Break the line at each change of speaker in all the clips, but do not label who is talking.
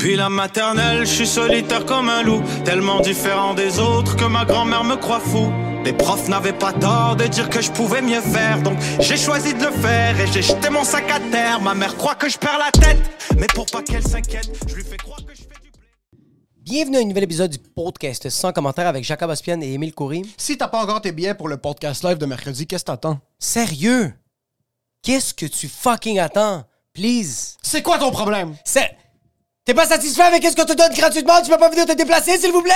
Depuis la maternelle, je suis solitaire comme un loup, tellement différent des autres que ma grand-mère me croit fou. Les profs n'avaient pas tort de dire que je pouvais mieux faire, donc j'ai choisi de le faire et j'ai jeté mon sac à terre. Ma mère croit que je perds la tête, mais pour pas qu'elle s'inquiète, je lui fais croire que je fais du blé.
Bienvenue à un nouvel épisode du podcast sans commentaire avec Jacob Ospian et Émile Coury.
Si t'as pas encore tes billets pour le podcast live de mercredi, qu'est-ce que t'attends?
Sérieux? Qu'est-ce que tu fucking attends? Please.
C'est quoi ton problème?
C'est... T'es pas satisfait avec ce qu'on te donne gratuitement? Tu peux pas venir te déplacer, s'il vous plaît?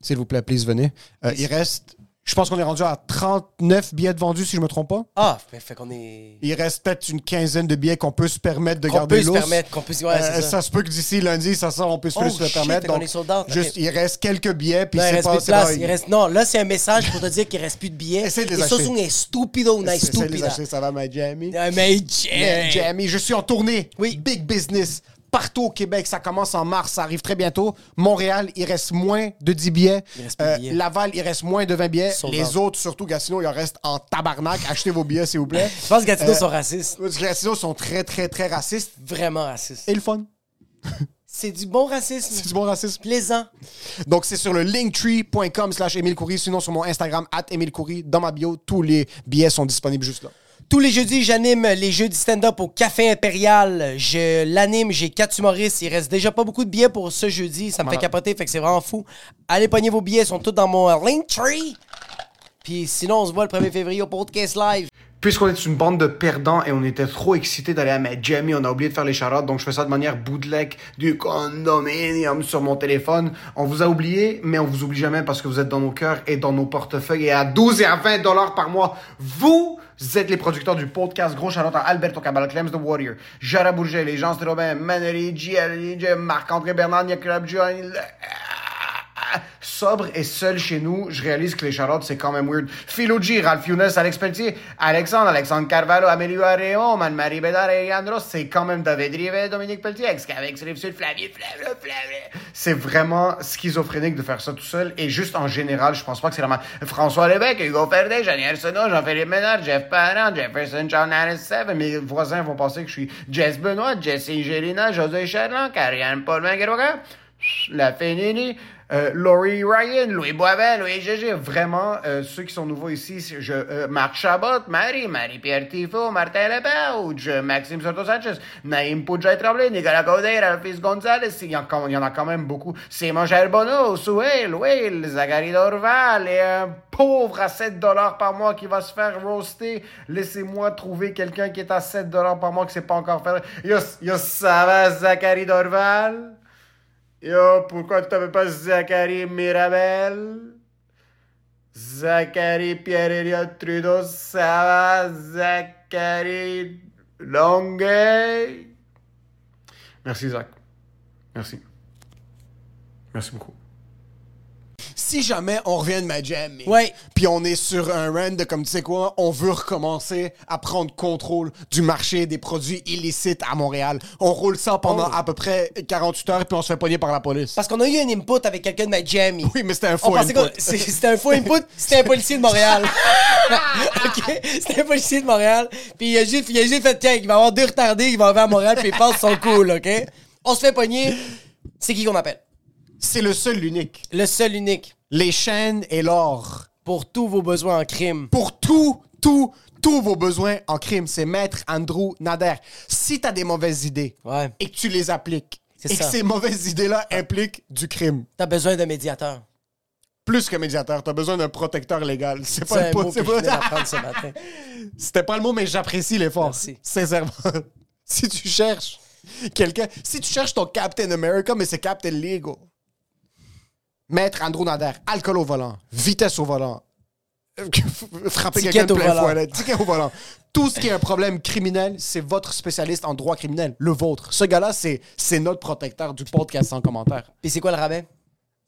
S'il vous plaît, please, venez. Euh, il reste... Je pense qu'on est rendu à 39 billets de vendus, si je me trompe pas.
Ah, fait, fait qu'on est...
Il reste peut-être une quinzaine de billets qu'on peut se permettre de
Qu'on
garder
peut se
lousse.
permettre, qu'on peut se... Ouais,
Euh,
c'est
ça.
ça.
se peut que d'ici lundi, ça sort, on peut se,
Oh
plus se le
shit, fait
permettre.
qu'on
Donc,
est sold out, ok.
juste, il reste quelques billets, puis
Non, il
c'est
reste
pas...
plus de
c'est pas-
place. Il reste... Non, là, c'est un message pour te dire qu'il reste plus de billets.
Essaie de les
Et
acheter.
Samsung est stupido, on est
Essaie de les
stupida.
acheter, ça va, ma Jamie?
Ah, Mais Jay!
Yeah, Jamie, je suis en tournée.
Oui.
Big business. Partout au Québec, ça commence en mars, ça arrive très bientôt. Montréal, il reste moins de 10 billets. Euh,
Il reste plus de billets.
Laval, il reste moins de 20 billets.
Sold
Les
out.
autres, surtout Gatineau, il en reste en tabarnak. Achetez vos billets, s'il vous plaît.
Je pense que Gatineau
Euh,
sont racistes.
Les Gatineaux sont très, très, très racistes.
Vraiment racistes.
Et le fun.
C'est du bon racisme.
C'est du bon racisme.
plaisant.
Donc, c'est sur le linktree.com slash Émile Coury, sinon sur mon Instagram, at Émile Coury. Dans ma bio, tous les billets sont disponibles juste là.
Tous les jeudis, j'anime les jeux du stand-up au Café Impérial. Je l'anime, j'ai quatre humoristes. Il reste déjà pas beaucoup de billets pour ce jeudi. Ça me fait
Voilà.
capoter, fait que c'est vraiment fou. Allez pogner vos billets, ils sont tous dans mon euh, Linktree. Puis sinon, on se voit le 1er février au podcast live.
Puisqu'on est une bande de perdants et on était trop excités d'aller à Miami, on a oublié de faire les charades, donc je fais ça de manière bootleg du condominium sur mon téléphone. On vous a oublié, mais on vous oublie jamais parce que vous êtes dans nos cœurs et dans nos portefeuilles et à 12 et à 20 dollars par mois, vous êtes les producteurs du podcast. Gros charlotte à Alberto Cabal, Clems The Warrior, Jara Bourget, les gens Robin, Manery, Gianni, Marc-André Bernard, Nicolas Gianni, sobre et seul chez nous, je réalise que les charades, c'est quand même weird. Philo G, Ralph Younes, Alex Pelletier, Alexandre, Alexandre Carvalho, Amélie Areo, Anne-Marie Bédard et Andros, c'est quand même David Rivet, Dominique Pelletier, Excavex, Rivesud, Flavie, Flavie, Flavie. C'est vraiment schizophrénique de faire ça tout seul et juste en général, je pense pas que c'est la ma- François Lévesque, Hugo Ferdet, Jeannie Arsenault, Jean-Philippe Ménard, Jeff Parent, Jefferson, John Harris, Seven. Mes voisins vont penser que je suis Jess Benoît, Jesse Gélina, José Charland, Karianne Paulin, Guéroga. La Fénini, euh, Laurie Ryan, Louis Boivin, Louis GG, vraiment, euh, ceux qui sont nouveaux ici, c'est- je, euh, Marc Chabot, Marie, Marie-Pierre Tifo, Martin Lepauge, Maxime Soto-Sanchez, Naïm Poudjay-Tremblay, Nicolas Caudet, Ralphis Gonzalez, il y, en, quand- il y en a quand même beaucoup, Simon Charbonneau, Souhail, Will, Zachary Dorval, et un pauvre à 7 dollars par mois qui va se faire roaster, laissez-moi trouver quelqu'un qui est à 7 dollars par mois qui s'est pas encore fait, yo, yo, ça va, Zachary Dorval? Yo, pourquoi tu t'appelles pas Zachary Mirabel? Zachary Pierre-Éliott Trudeau, ça va? Zachary Longueuil? Merci, Zach. Merci. Merci beaucoup. Si jamais on revient de ma jam, mais-
Ouais.
puis on est sur un rand de comme tu sais quoi, on veut recommencer à prendre contrôle du marché des produits illicites à Montréal. On roule ça pendant
Oh.
à peu près 48 heures puis on se fait pogner par la police.
Parce qu'on a eu un input avec quelqu'un de ma jamie.
Oui, mais c'était un
Ah. On
faux
pensait
input.
que c'est- c'était un faux input, c'était un policier de Montréal. OK? C'était un policier de Montréal. Puis il a juste, il a juste fait, tiens, il va y avoir deux retardés qui vont arriver à Montréal, puis ils passent son cool, OK? On se fait pogner. C'est qui qu'on appelle?
C'est le seul, l'unique.
Le seul unique
Les chaînes et l'or.
pour tous vos besoins en crime.
pour tout, tout, tous vos besoins en crime. C'est Maître Andrew Nader. Si tu as des mauvaises idées
Ouais.
et que tu les appliques, et
C'est ça.
que ces mauvaises idées-là impliquent du crime,
T'as besoin d'un médiateur.
plus que médiateur, tu as besoin d'un protecteur légal. C'est
C'est
pas
un
le
mot
pot,
que
c'est
je venais
pas-
d'apprendre ce matin.
C'était pas le mot, mais j'apprécie l'effort.
Merci.
Sincèrement. si tu cherches quelqu'un, si tu cherches ton Captain America, mais c'est Captain Legal. Maître Andrew Nader, alcool au volant, vitesse au volant, frapper
Ticket
quelqu'un de
au
plein
volant.
fouet, là, ticket au volant. Tout ce qui est un problème criminel, c'est votre spécialiste en droit criminel, le vôtre. Ce gars-là, c'est c'est notre protecteur du podcast sans commentaire.
Puis c'est quoi le rabais?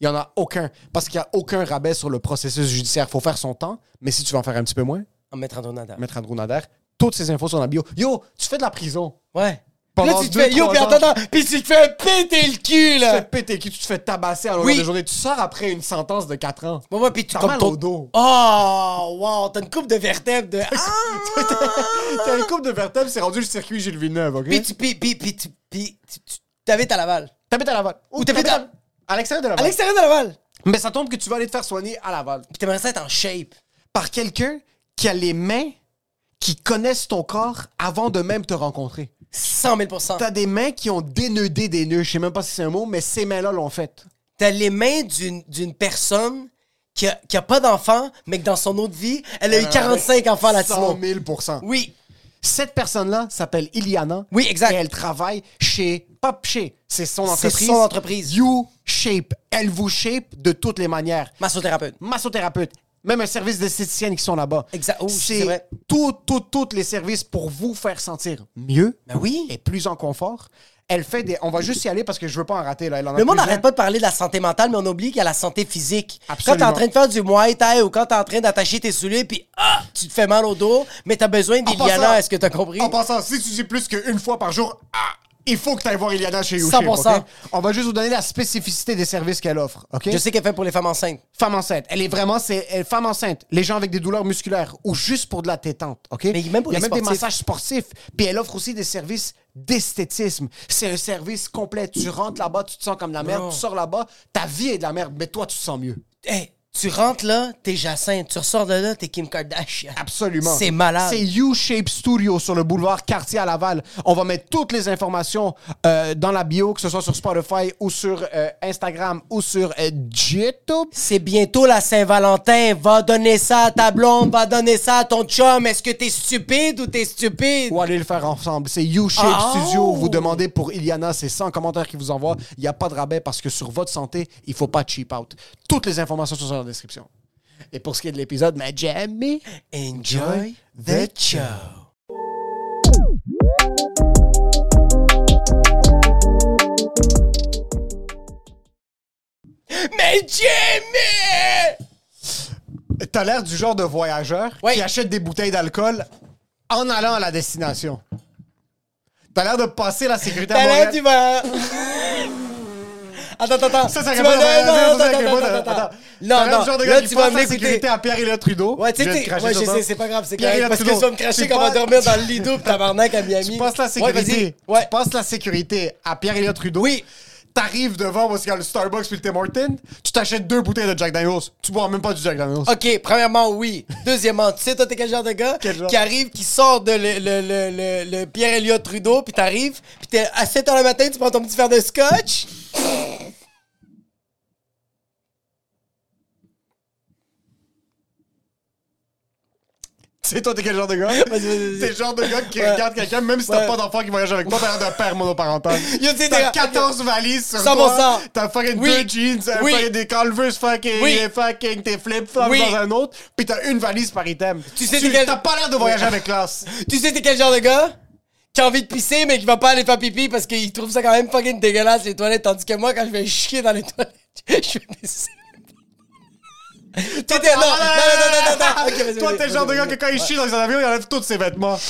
Il n'y en a aucun, parce qu'il n'y a aucun rabais sur le processus judiciaire. faut faire son temps, mais si tu veux en faire un petit peu moins,
En mettre en donateur.
Maître Andrew Nader. Toutes ces infos sont dans la bio. Yo, tu fais de la prison.
Ouais. Puis là,
Pendant
tu te
deux,
fais, yo,
trois
puis
ans.
attends, attends, puis tu te fais péter le cul,
Tu te fais
là.
péter qui, tu te fais tabasser à longueur
Oui.
de journée. Tu sors après une sentence de 4 ans.
Moi, moi, puis tu
T'as
comme
mal
ton-
au dos.
Oh, wow, t'as une coupe de vertèbres de. Ah!
T'as une coupe de vertèbres, c'est rendu le circuit Gilles Villeneuve, OK?
Puis tu, puis, puis, puis, tu, puis, tu, tu t'habites à Laval.
T'habites à Laval. Ou
t'habites
t'habites
à-
à... à l'extérieur de
À
Laval.
l'extérieur de Laval.
Mais ça tombe que tu vas aller te faire soigner à Laval.
Puis t'aimerais ça être en shape.
Par quelqu'un qui a les mains qui connaissent ton corps avant de même te rencontrer.
100 000
T'as des mains qui ont dénudé des nœuds. Je sais même pas si c'est un mot, mais ces mains-là l'ont fait.
T'as les mains d'une d'une personne qui a, qui a pas d'enfant, mais que dans son autre vie, elle
Ah,
a eu 45 enfants latinos.
100 000
Oui.
Cette personne-là s'appelle Iliana.
Oui, exact.
Et elle travaille chez... Pas chez, c'est son
C'est
entreprise.
son entreprise.
You Shape. Elle vous shape de toutes les manières.
Massothérapeute.
massothérapeute, même un service d'esthéticienne qui sont là-bas.
Exact. Oh, c'est
c'est
vrai.
tout, tout, tous les services pour vous faire sentir mieux
Ben oui.
et plus en confort. Elle fait des. On va juste y aller parce que je veux pas en rater. Là. Elle en a
Le monde
plusieurs.
n'arrête pas de parler de la santé mentale, mais on oublie qu'il y a la santé physique.
Absolument.
Quand t'es en train de faire du Muay Thai ou quand t'es en train d'attacher tes souliers, puis ah, tu te fais mal au dos, mais t'as besoin
En
d'Iliana,
passant-
est-ce que t'as compris?
En passant, si tu dis plus qu'une fois par jour, ah, il faut que tu ailles voir Iliana chez You
100%.
Shape, ok? On va juste vous donner la spécificité des services qu'elle offre. ok?
Je sais qu'elle fait pour les femmes enceintes.
Femme enceinte. Elle est vraiment, c'est elle, femme enceinte. Les gens avec des douleurs musculaires ou juste pour de la tétante, ok?
Mais même pour
Il y a
les
même des
sportifs.
massages sportifs. Puis elle offre aussi des services d'esthétisme. C'est un service complet. Tu rentres là-bas, tu te sens comme de la merde.
Non.
Tu sors là-bas, ta vie est de la merde, mais toi, tu te sens mieux.
Hey, tu rentres là, t'es Jacinthe. Tu ressors de là, t'es Kim Kardashian.
Absolument.
C'est malade.
C'est U-Shape Studio sur le boulevard Cartier à Laval. On va mettre toutes les informations euh, dans la bio, que ce soit sur Spotify ou sur euh, Instagram ou sur euh, YouTube.
C'est bientôt la Saint-Valentin. Va donner ça à ta blonde, va donner ça à ton chum. Est-ce que t'es stupide ou t'es stupide?
Ou aller le faire ensemble. C'est U-Shape
Ah, oh!
Studio. Vous demandez pour Iliana, c'est 100 commentaires qui vous envoient. Il n'y a pas de rabais parce que sur votre santé, il faut pas cheap out. Toutes les informations sont dans la description. Et pour ce qui est de l'épisode, mais jamais.
Enjoy the show. Mais Jimmy!
T'as l'air du genre de voyageur
Ouais.
qui achète des bouteilles d'alcool en allant à la destination. T'as l'air de passer la sécurité à
T'as l'air
Montréal.
du vent. Attends, attends, attends.
Ça, ça
Tu
répond à
vas-
la voyageur,
non,
ça, ça,
attends,
avec les
attends,
mots de-
attends,
attends.
attends.
T'as
Non,
l'air
non,
du genre de gars
là,
qui
tu vas
passe la
m'écouter.
sécurité à Pierre-Éliott Trudeau.
Ouais, tu sais,
Je vais te
t'es-
cracher
ouais,
sur
je
ça.
sais, c'est pas grave, c'est
Pierre, il
correct.
a
Parce que
tout
tu vas me
le-
cracher
tu
comme on
passes-
dormir dans le lit double, tabarnak à Miami.
Tu passes la
Ouais,
sécurité.
vas-y. ouais.
Tu passes la sécurité à Pierre-Éliott Trudeau.
Oui.
T'arrives devant parce qu'il y a le Starbucks puis le Tim Hortons. Tu t'achètes deux bouteilles de Jack Daniels. Tu bois même pas du Jack Daniels.
OK, premièrement, oui. Deuxièmement, tu sais, toi, t'es quel genre de gars
Quel genre?
qui arrive, qui sort de le, le, le, le, le pierre Elliott Trudeau, puis t'arrives, puis t'es à 7 h le matin, tu prends ton petit verre de scotch.
Tu sais, toi, t'es quel genre de gars?
vas-y, vas-y.
T'es le genre de gars qui regarde quelqu'un, même si t'as
Ouais.
pas d'enfant qui voyage avec toi, t'as l'air d'un père monoparental.
Yo, tu sais,
T'as
t'es-
14 valises sur
100%.
toi. T'as fucking
Oui.
deux jeans, un
Oui.
fucking des Converse, fucking,
Oui.
fucking tes flip-flops
Oui.
dans un autre, pis t'as une valise par item.
Tu sais, t'es quel-
T'as pas l'air de voyager avec classe.
Tu sais, t'es quel genre de gars qui a envie de pisser, mais qui va pas aller faire pipi parce qu'il trouve ça quand même fucking dégueulasse, les toilettes, tandis que moi, quand je vais chier dans les toilettes, je vais pisser. Toi, t'es... Non, non, non, non, non, non. Ah, Ok, vas-y,
Toi,
vas-y,
t'es le genre de
vas-y,
gars
vas-y.
que quand il chie dans un avion, il enlève tous ses vêtements.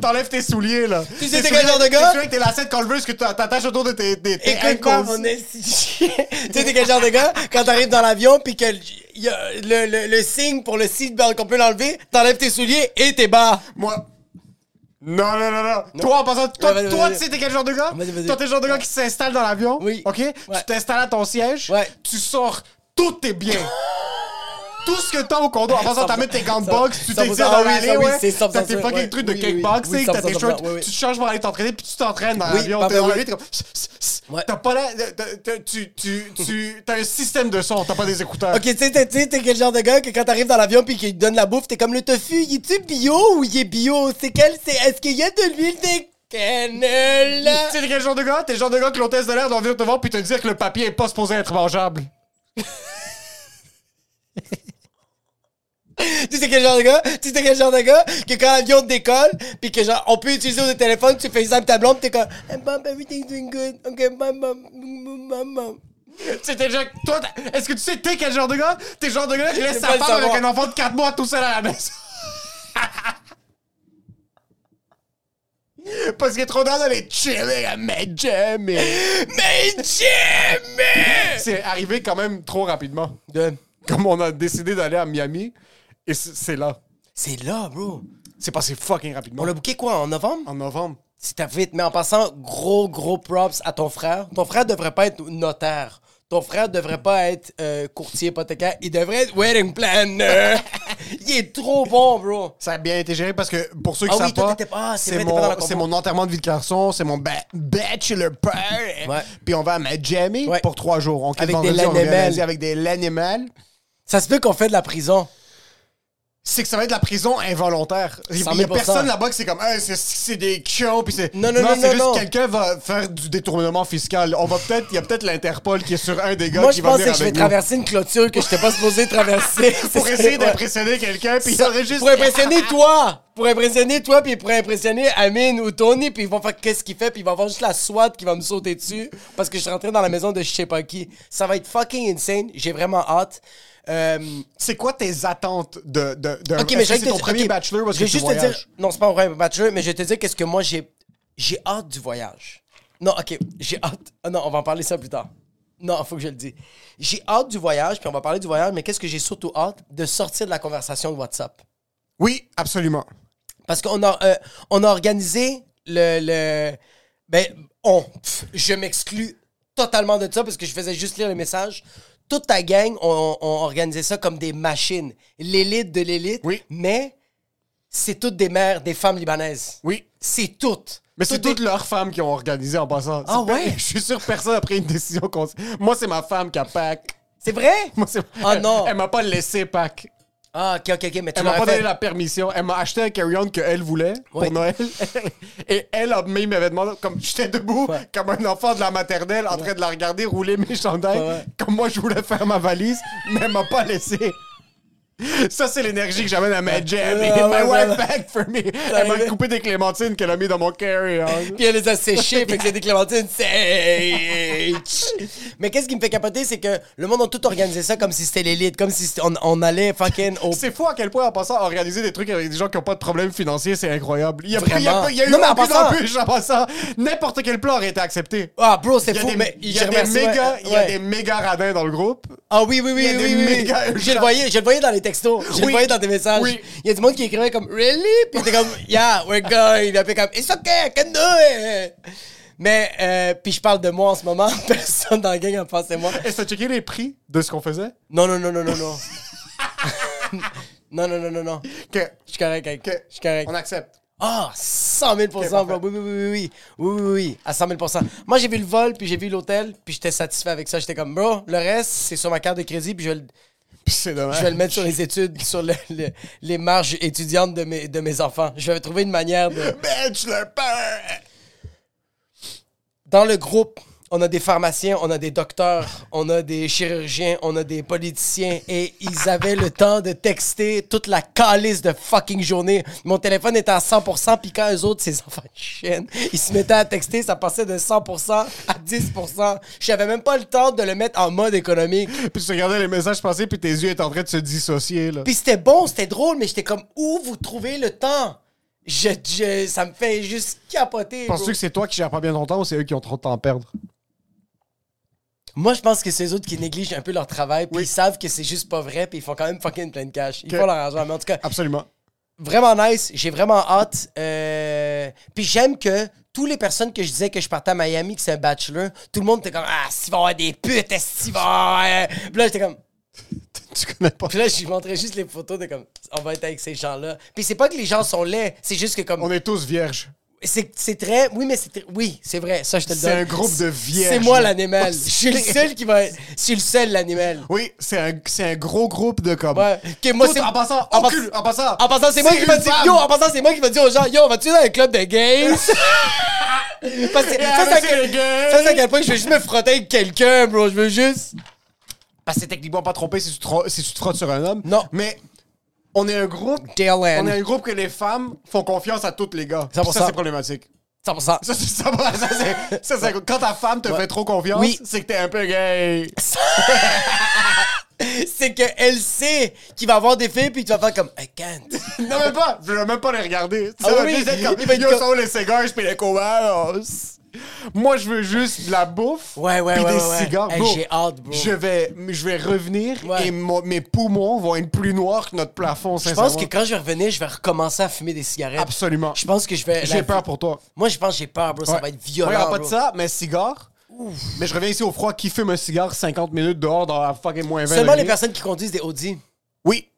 T'enlèves tes souliers, là.
Tu sais, t'es
Tes
quel
souliers-
genre de gars?
Tes souliers avec tes lacets de Converse que t'a- t'attaches autour de tes, tes, tes
Écoute-moi,
ankles.
mon esti. tu sais, t'es quel genre de gars, quand t'arrives dans l'avion, puis que y a le, le, le signe pour le seatbelt qu'on peut l'enlever, t'enlèves tes souliers et tes bas.
Moi. Non, non, non, non. Toi, en passant, toi,
vas-y,
toi,
vas-y.
tu sais, t'es quel genre de gars?
Vas-y, vas-y.
Toi, t'es le genre de gars qui s'installe dans l'avion.
Oui.
OK?
Ouais.
Tu t'installes à ton siège.
Ouais.
Tu sors tous tes biens. Tout ce que t'as au condo. En passant, t'as mis tes gants de
Ça-
boxe, tu
ça-
t'exilles
ah
dans
oui, ça,
l'allée,
oui,
ouais.
c'est ça,
T'as
ça,
tes
ça,
fucking
ouais.
trucs de
Oui, oui, oui,
kickboxing,
ça,
t'as
ça,
tes
ça,
shorts.
ouais, ouais.
Tu te changes pour aller t'entraîner, puis tu t'entraînes dans
Oui,
l'avion.
bah,
T'es dans
bah,
la
ouais.
vie, t'es comme...
Ouais.
T'as pas la... t'as- t'as- Tu... Tu... Tu... T'as un système de son, t'as pas des écouteurs.
Ok, tu sais, t'es- tu sais, t'es quel genre de gars que quand t'arrives dans l'avion puis qu'il te donne la bouffe, t'es comme le tofu, il est-tu bio ou il est bio? C'est quel, c'est, est-ce qu'il y a de l'huile de cannelle?
Tu sais quel genre de gars? T'es le genre de gars que l'hôtesse de l'air doit venir te voir puis te dire que le papier est pas supposé être mangeable.
Tu sais quel genre de gars? Tu sais quel genre de gars que quand l'avion décolle, puis que genre, on peut utiliser au téléphone, tu fais ça avec ta blonde, t'es comme, hey, mom, everything's doing good. Ok, mom, mom, mom, mom, mom.
C'était déjà... Toi, t'as- est-ce que tu sais t'es quel genre de gars? T'es le genre de gars qui laisse
sais
sa
pas le
femme avec un
savoir.
enfant de 4 mois tout seul à la maison. Parce qu'il est trop dans les chiller à Mad Jam et-
Mais Jimmy!
C'est arrivé quand même trop rapidement.
De-
Comme on a décidé d'aller à Miami, et c- c'est là.
C'est là, bro.
C'est passé fucking rapidement.
On l'a booké quoi, en novembre?
En novembre.
C'était vite. Mais en passant, gros, gros props à ton frère. Ton frère devrait pas être notaire. Ton frère devrait pas être euh, courtier hypothécaire. Il devrait être wedding planner. Il est trop bon, bro.
Ça a bien été géré parce que pour ceux qui
Ah oui,
savent
toi,
pas,
t'étais pas- ah, c'est
c'est
vrai, t'étais pas dans la
mon,
compo.
c'est mon enterrement de vie de garçon, c'est mon ba- bachelor party.
Ouais.
Puis on va à Miami
Ouais.
pour trois jours. On quitte
Avec des
vendredi, on
Lanimals.
revient lundi avec des l'animal.
Ça se peut qu'on fait de la prison.
C'est que ça va être de la prison involontaire. Il y a- il y a
100%.
personne là-bas qui c'est comme, Hey, c'est- c'est des cons. Puis c'est.
Non, non, non,
c'est
non,
juste
non.
quelqu'un va faire du détournement fiscal. On va peut-être, il y a peut-être l'Interpol qui est sur un des gars
Moi,
qui
je
va
pensais
venir
que je vais
avec nous.
traverser une clôture que je n'étais pas supposé traverser.
Pour essayer d'impressionner quelqu'un, puis il
Ça-
aurait juste.
Pour impressionner toi! Pour impressionner toi, puis pour impressionner Amine ou Tony, puis ils vont faire qu'est-ce qu'il fait, puis ils vont avoir juste la SWAT qui va me sauter dessus parce que je suis rentré dans la maison de je sais pas qui. Ça va être fucking insane. J'ai vraiment hâte. Euh,
Ah, C'est quoi tes attentes de. de, de
ok,
est-ce
mais
que
j'ai
c'est ton premier bachelor ou est-ce
Je
que
vais
tu
juste te
voyages?
dire. Non, c'est pas mon premier bachelor, mais je vais te dire qu'est-ce que moi j'ai. J'ai hâte du voyage. Non, ok, j'ai hâte. Ah non, on va en parler ça plus tard. Non, faut que je le dise. J'ai hâte du voyage, puis on va parler du voyage, mais qu'est-ce que j'ai surtout hâte de sortir de la conversation de WhatsApp?
Oui, absolument.
Parce qu'on a, euh, on a organisé le. le- ben, on. pff, je m'exclus totalement de ça parce que je faisais juste lire le message. Toute ta gang ont on organisé ça comme des machines. L'élite de l'élite.
Oui.
Mais c'est toutes des mères, des femmes libanaises.
Oui.
C'est toutes.
Mais c'est
des-
toutes leurs femmes qui ont organisé en passant.
Ah
C'est-
ouais?
Je suis sûr que personne a pris une décision. cons- Moi, c'est ma femme qui a pack.
C'est vrai?
Moi, c'est...
Ah
elle,
non.
Elle m'a pas laissé pack.
Ah, ok, ok, ok. Mais tu
Elle m'a
l'aurais
pas
fait.
donné la permission. Elle m'a acheté un carry-on qu'elle voulait
Ouais.
pour Noël. Et elle a mis mes vêtements comme j'étais debout,
Ouais.
comme un enfant de la maternelle en train de la regarder rouler mes chandails,
Ouais, ouais.
comme moi je voulais faire ma valise, mais elle m'a pas laissé. Ça, c'est l'énergie que j'amène à ma jam.
Ouais,
My
ouais,
wife
ouais.
back for me. Elle m'a
arrivé.
coupé des clémentines qu'elle a mis dans mon carry-on.
Puis elle les a séchées, fait que c'est des clémentines sèches. Mais qu'est-ce qui me fait capoter, c'est que le monde a tout organisé ça comme si c'était l'élite, comme si c'était- on, on allait fucking au
C'est fou à quel point, en passant, organiser des trucs avec des gens qui n'ont pas de problème financier, c'est incroyable. Il y a,
Vraiment.
il y a- il y a eu
Non, mais en
un plus
passant-
en plus, en passant. N'importe quel plan aurait été accepté.
Ah, bro, c'est
Il y a
fou,
des,
mais
il y
je
a des
remercie, ouais,
méga, il y a
ouais.
des méga radins dans le groupe.
Ah oui, oui, oui,
il y a
oui,
des
oui, oui.
méga
Je le
gens.
voyais, je le voyais dans les textos, je le
Oui.
voyais dans des messages.
Oui.
Il y a du monde qui écrivait comme « Really? » Puis t'es comme « Yeah, we're going. » Puis après comme « It's okay, I can do it. » Mais, euh, puis je parle de moi en ce moment, personne dans la gang en pense à moi.
Est-ce que tu as checké les prix de ce qu'on faisait?
Non, non, non, non, non, non. non, non, non, non, non.
Que,
Je suis correct, avec.
que-
Je suis correct.
On accepte.
Ah, 100 000 bro. Oui, oui, oui, oui, oui, oui, oui, oui, à 100 000 Moi, j'ai vu le vol, puis j'ai vu l'hôtel, puis j'étais satisfait avec ça. J'étais comme, bro, le reste, c'est sur ma carte de crédit, puis je vais le,
Puis C'est dommage.
je vais le mettre sur les études, sur le- le- les marges étudiantes de mes, de mes enfants. Je vais trouver une manière de...
Bachelor Père!
Dans le groupe, on a des pharmaciens, on a des docteurs, on a des chirurgiens, on a des politiciens, et ils avaient le temps de texter toute la calice de fucking journée. Mon téléphone était à 100%, puis quand eux autres, ces enfants de chienne, ils se mettaient à texter, ça passait de 100% à 10%. J'avais même pas le temps de le mettre en mode économique.
Puis tu regardais les messages passer, puis tes yeux étaient en train de se dissocier, là.
Puis c'était bon, c'était drôle, mais j'étais comme, où vous trouvez le temps? Je, je- ça me fait juste capoter. bro.
Penses-tu que c'est toi qui gères pas bien ton temps ou c'est eux qui ont trop de temps à perdre?
Moi, je pense que c'est les autres qui négligent un peu leur travail, puis ils savent que c'est juste pas vrai, puis ils font quand même fucking plein de cash. Ils
Que-
font leur argent. Mais en tout cas,
Absolument.
vraiment nice. J'ai vraiment hâte. Euh, Puis j'aime que toutes les personnes que je disais que je partais à Miami, que c'est un bachelor, tout le monde était comme Ah, s'il va y avoir des putes, est-ce qu'il va y avoir, euh? Puis là, j'étais comme.
tu connais pas.
Puis là, je lui montrais juste les photos de comme on va être avec ces gens-là. Puis c'est pas que les gens sont laids, c'est juste que comme.
On est tous vierges.
C'est c'est très. Oui, mais c'est très- Oui, c'est vrai, ça, je te le
C'est
donne.
un groupe de vierges.
C'est moi
là.
l'animal. Je suis le seul qui va. Je suis le seul l'animal.
Oui, c'est un, c'est un gros groupe de comme.
Ouais. Ok, moi,
Tout
c'est-
en passant,
en
aucune-
pass-
en passant.
En passant, c'est moi
C'est
qui vais
une
dire.
femme.
Yo, en passant, c'est moi qui vais dire aux gens, yo, vas-tu dans un club de gays? Parce que ça, c'est à
avec les
quel-
gays.
ça, c'est à quel point je veux juste me frotter avec quelqu'un, bro. Je veux juste.
Parce que c'est techniquement pas trompé si tu, te, ro- si tu te frottes sur un homme.
Non.
Mais on est un groupe.
Dylan.
On est un groupe que les femmes font confiance à tous les gars.
100%.
Ça, c'est problématique.
100%.
Ça, c'est ça, ça, c'est- ça, c'est- Quand ta femme te fait trop confiance,
Oui.
c'est que t'es un peu gay.
C'est qu'elle sait qu'il va avoir des filles, puis tu vas faire comme, I can't.
non, même pas. Je veux même pas les regarder.
Ah
Ça va
oui,
juste être comme,
il va être
Yo,
comme-
sont les cigars puis les comas. Moi, je veux juste de la bouffe.
Ouais, ouais,
puis
ouais,
des
ouais, ouais.
cigares.
Hey,
Bro,
j'ai hâte, bro.
Je vais, je vais revenir
Ouais.
et mon- mes poumons vont être plus noirs que notre plafond,
Je pense
sincèrement.
que quand je vais revenir, je vais recommencer à fumer des cigarettes.
Absolument.
Je pense que je vais.
J'ai peur pour toi.
Moi, je pense que j'ai peur, bro. Ça
Ouais.
va être violent.
Ouais, on parle pas
bro.
de ça, mais cigare. Mais je reviens ici au froid. Qui fume un cigare 50 minutes dehors dans la fucking moins 20
Seulement les
degrés?
personnes qui conduisent des Audi.
Oui.